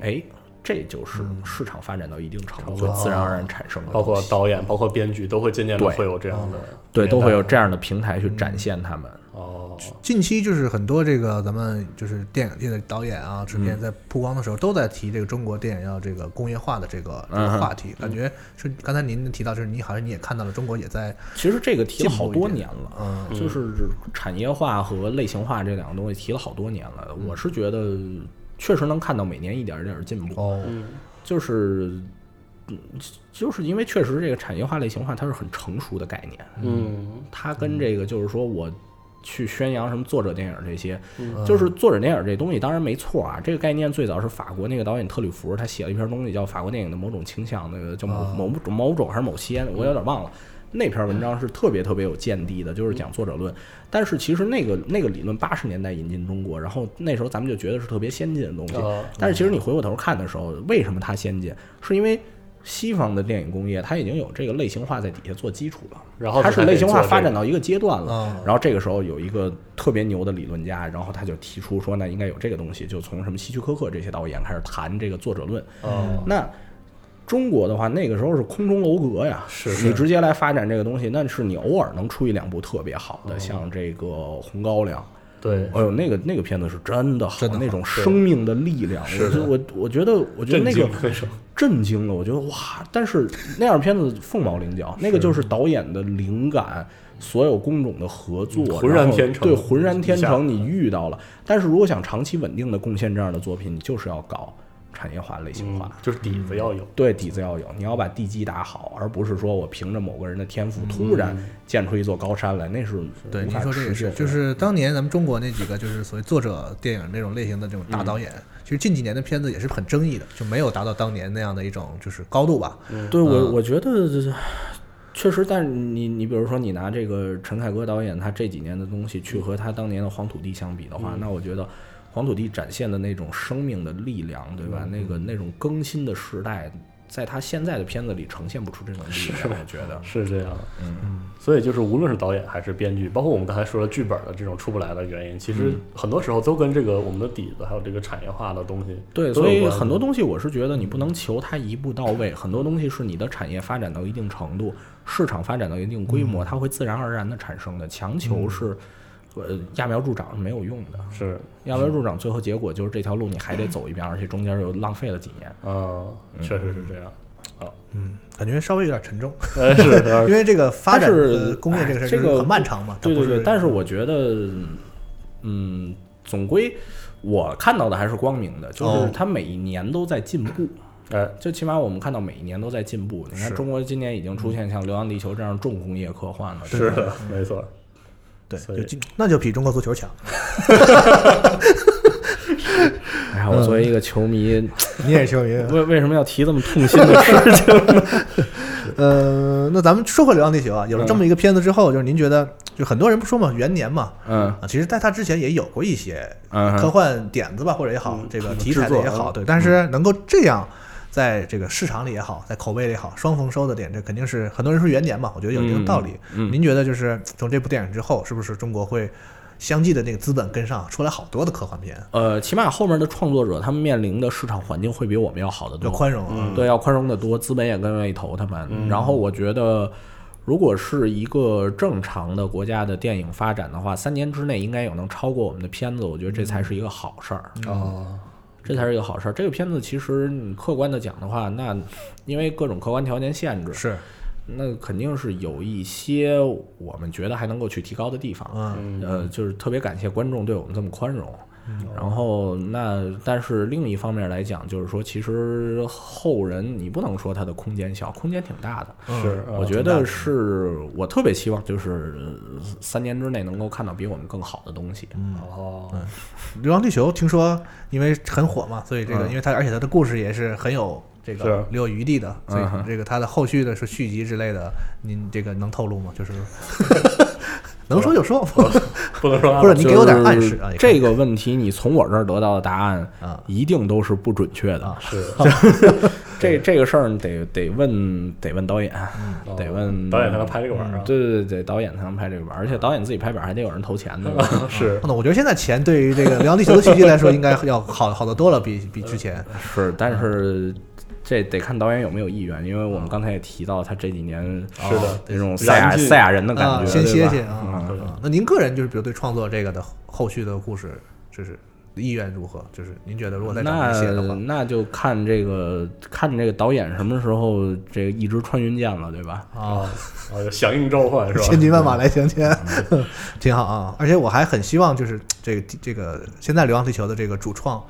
哎，这就是嗯市场发展到一定程度会自然而然产生的啊包东西，括导演、包括编剧都会渐渐的嗯对会有这样的对都会有年这样的平台去嗯展现他们。代哦，近期就是很多这个咱们就是电影界的导演啊、制片在曝光的时候，都在提这个中国电影要这个工业化的这个这个话题，感觉是刚才您提到，就是你好像你也看到了，中国也在其实这个提了好多进步一点年了，嗯就是产业化和类型化这两个东西提了好多年了。嗯我是觉得确实能看到每年一点儿一点儿的进步，哦就是嗯就是因为确实这个产业化类型化它是很成熟的概念，嗯，它跟这个就是说我。去宣扬什么作者电影这些，嗯就是作者电影这东西当然没错啊。这个概念最早是法国那个导演特吕弗，他写了一篇东西叫《法国电影的某种倾向》，那个叫某某种某种还是某些，我有点忘了。那篇文章是特别特别有见地的，就是讲作者论。但是其实那个那个理论八十年代引进中国，然后那时候咱们就觉得是特别先进的东西哦。但是其实你回过头看的时候，为什么它先进？是因为西方的电影工业它已经有这个类型化在底下做基础了，然后它才是可以类型做化这发个展到一个阶段了嗯。然后这个时候有一个特别牛的理论家，然后他就提出说，那应该有这个东西，就从什么希区柯克这些导演开始谈这个作者论。哦，那中国的话，那个时候是空中楼阁呀，是你直接来发展这个东西，那是你偶尔能出一两部特别好嗯的，像这个《红高粱》。对，哎呦，那个那个片子是真的好，真的好那种生命的力量，我就我我觉得，我觉得那个震惊那种震惊了，我觉得哇！但是那样片子凤毛麟角，那个就是导演的灵感，所有工种的合作，浑然天成对，浑然天一下成，你遇到了。但是如果想长期稳定的贡献这样的作品，你就是要搞产业化、类型化。嗯就是底子要有，对底子要有，你要把地基打好，而不是说我凭着某个人的天赋突然建出一座高山来，那是对，无您法说这持也久是，的就是当年咱们中国那几个就是所谓作者电影那种类型的这种大导演，其实近几年的片子也是很争议的，就没有达到当年那样的一种就是高度吧。对我，我觉得确实，但是你你比如说，你拿这个陈凯歌导演他这几年的东西去和他当年的《黄土地》相比的话，那我觉得《黄土地》展现的那种生命的力量，对吧？那个那种更新的时代，在他现在的片子里呈现不出这种力量，我觉得。是这样，嗯，所以就是无论是导演还是编剧，包括我们刚才说的剧本的这种出不来的原因，其嗯实很多时候都跟这个我们的底子还有这个产业化的东西对，都有所以关系很多东西我是觉得你不能求它一步到位，很多东西是你的产业发展到一定程度，市场发展到一定规模，它会自然而然的产生的。强求是，呃，揠苗助长是没有用的。是，揠苗助长，最后结果就是这条路你还得走一遍，而且中间又浪费了几年。嗯，确实是这 样，嗯，感觉稍微有点沉重，呃，是因为这个发展但是呃工业这个哎事儿这就是个很漫长嘛。它对不对对，是但是我觉得，嗯，总归我看到的还是光明的，就是哦它每一年都在进步。哎，就起码我们看到每一年都在进步。你看，中国今年已经出现像《流浪地球》这样重工业科幻了。是的，没错，对，所以就进那就比中国足球强。哎呀，我作为一个球迷，你也是球迷，为为什么要提这么痛心的事？呃，那咱们说回《流浪地球》啊，有了这么一个片子之后，就是您觉得，就很多人不说嘛，元年嘛， 嗯啊，其实在它之前也有过一些嗯哼科幻点子吧，或者也好，这个题材制的作也好，嗯对，但是能够这样。在这个市场里也好，在口碑里也好，双丰收的点，这肯定是很多人说元年嘛，我觉得有一定道理。嗯您觉得就是从这部电影之后，是不是中国会相继的那个资本跟上，出来好多的科幻片，呃，起码后面的创作者他们面临的市场环境会比我们要好得要多。宽容嗯啊，对，要宽容的多，资本也更愿意投他们。然后我觉得，如果是一个正常的国家的电影发展的话，三年之内应该有能超过我们的片子，我觉得这才是一个好事儿。哦，这才是一个好事儿。这个片子其实你客观的讲的话，那因为各种客观条件限制，是，那肯定是有一些我们觉得还能够去提高的地方。嗯，呃，就是特别感谢观众对我们这么宽容。然后那但是另一方面来讲，就是说其实后人你不能说它的空间小，空间挺大的。嗯呃是，啊我觉得是我特别期望，就是呃三年之内能够看到比我们更好的东西。嗯哦，嗯《流浪地球》听说因为很火嘛，所以这个嗯因为它而且它的故事也是很有这是个留有余地的，所嗯哼以这个它的后续的是续集之类的，您这个能透露吗？ 就是能说就说， 不能说啊不是你给我点暗就示是啊，也可以这个问题你从我这儿得到的答案啊一定都是不准确的。是 这这个事儿你得得问得问导演，嗯哦得问导演才能拍这个玩意儿啊，对对对对，导演才能拍这个板儿，而且导演自己拍板儿还得有人投钱呢。啊是那我觉得现在钱对于这个《流浪地球》的续集来说，应该要好好的多了，比比之前。 是，但嗯是这得看导演有没有意愿，因为我们刚才也提到他这几年是的，那种赛亚燃尽赛亚人的 感哦啊，觉，先对歇吧歇啊。嗯啊那您个人就是，比如对创作这个的后后续的故事，就是意愿如何？就是您觉得如果再找那人写的话，那就看这个看这个导演什么时候这个一支穿云箭了，对吧？啊啊，就响应召唤是吧？ 千军万马来相牵，挺好啊。而且我还很希望，就是这个这个现在《流浪地球》的这个主创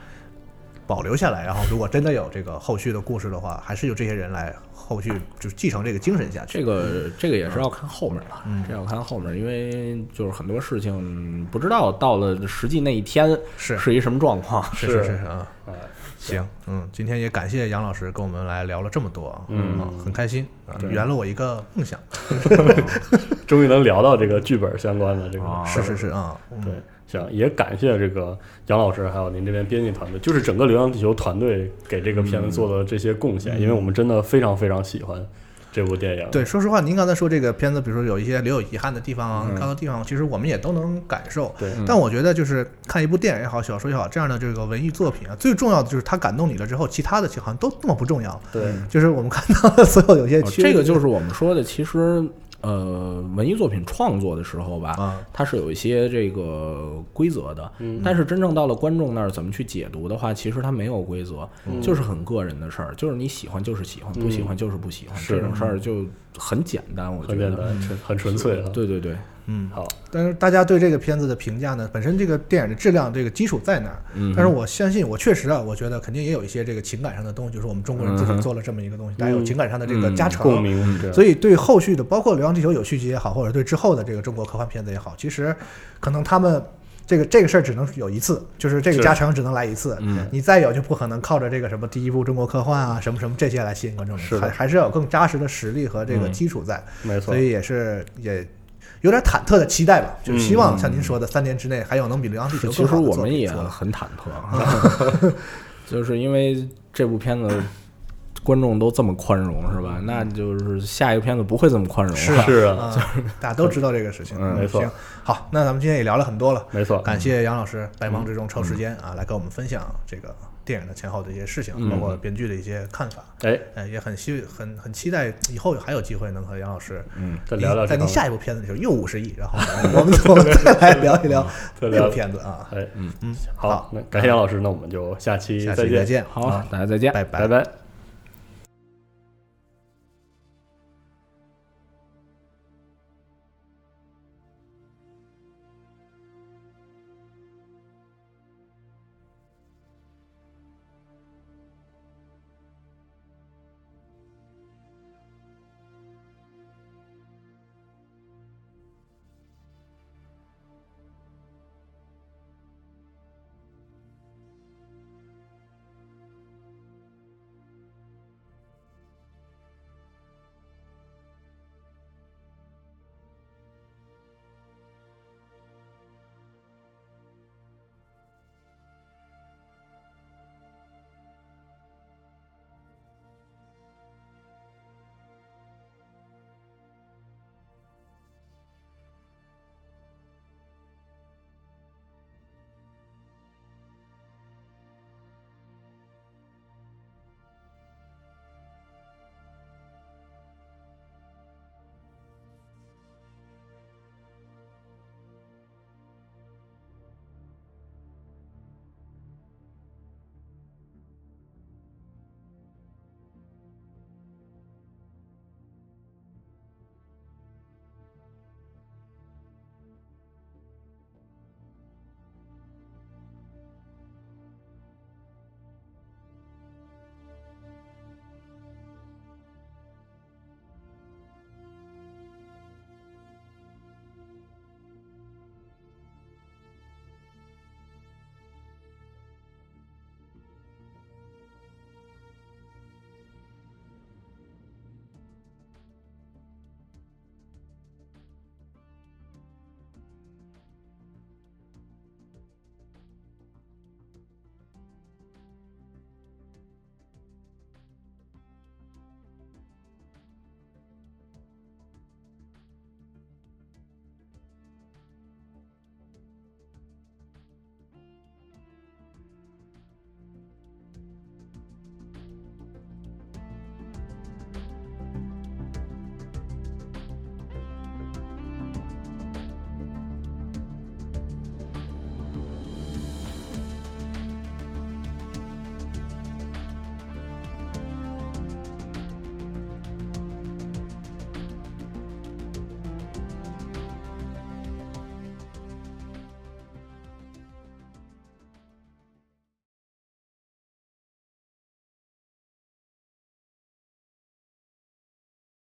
保留下来，然后如果真的有这个后续的故事的话，还是有这些人来后续就是继承这个精神下去。这个这个也是要看后面了，这要看后面，因为就是很多事情不知道到了实际那一天是是一什么状况。是是是是啊。哎行，嗯，今天也感谢杨老师跟我们来聊了这么多啊，嗯，很开心啊，圆了我一个梦想， 终于能聊到这个剧本相关的这个啊事是儿是是啊，对，行，也感谢这个杨老师，还有您这边编辑团队，就是整个《流浪地球》团队给这个片子做的这些贡献，因为我们真的非常非常喜欢这部电影。嗯对，，说实话，您刚才说这个片子，比如说有一些留有遗憾的地方啊，高的地方，其实我们也都能感受。对但我觉得就是看一部电影也好，小说也好，这样的这个文艺作品啊，最重要的就是它感动你了之后，其他的好像都那么不重要。对，就是我们看到的所有有些哦缺，这个就是我们说的，其实呃，文艺作品创作的时候吧，啊它是有一些这个规则的，但是真正到了观众那儿怎么去解读的话，其实它没有规则，就是很个人的事儿，就是你喜欢就是喜欢，不喜欢就是不喜欢，是这种事儿就很简单，我觉很简得。单，纯很纯粹啊。，对对对，好，但是大家对这个片子的评价呢，本身这个电影的质量这个基础在哪儿？但是我相信，我确实啊，我觉得肯定也有一些这个情感上的东西，就是我们中国人自己做了这么一个东西，大家有情感上的这个加成。共鸣是这样。所以对后续的，包括《流浪地球》有续集也好，或者对之后的这个中国科幻片子也好，其实可能他们。这个这个事儿只能有一次，就是这个加成只能来一次，你再有就不可能靠着这个什么第一部中国科幻啊，什么什么这些来吸引观众了，是的还还是要有更扎实的实力和这个基础在。没错所以也是也有点忐忑的期待吧，就是希望像您说的，三年之内还有能比《流浪地球》其更实好的我作们品也出来很忐 忑，啊就是因为这部片子观众都这么宽容是吧？那就是下一个片子不会这么宽容了。嗯是是啊，嗯啊，大家都知道这个事情，嗯没错行，好，那咱们今天也聊了很多了，没错嗯感谢杨老师百忙之中抽时间啊，来跟我们分享这个电影的前后的一些事情，包嗯括编剧的一些看法。哎，呃，也很希很很期待以后还有机会能和杨老师，嗯，再聊聊这在您方面下一部片子的时候又五十亿，然后我们我们再 来聊 一聊再这聊部片子啊，哎，嗯嗯，好好，那感谢杨老师，那我们就下期下嗯再期再见，见，啊 好，大家再见，拜拜拜。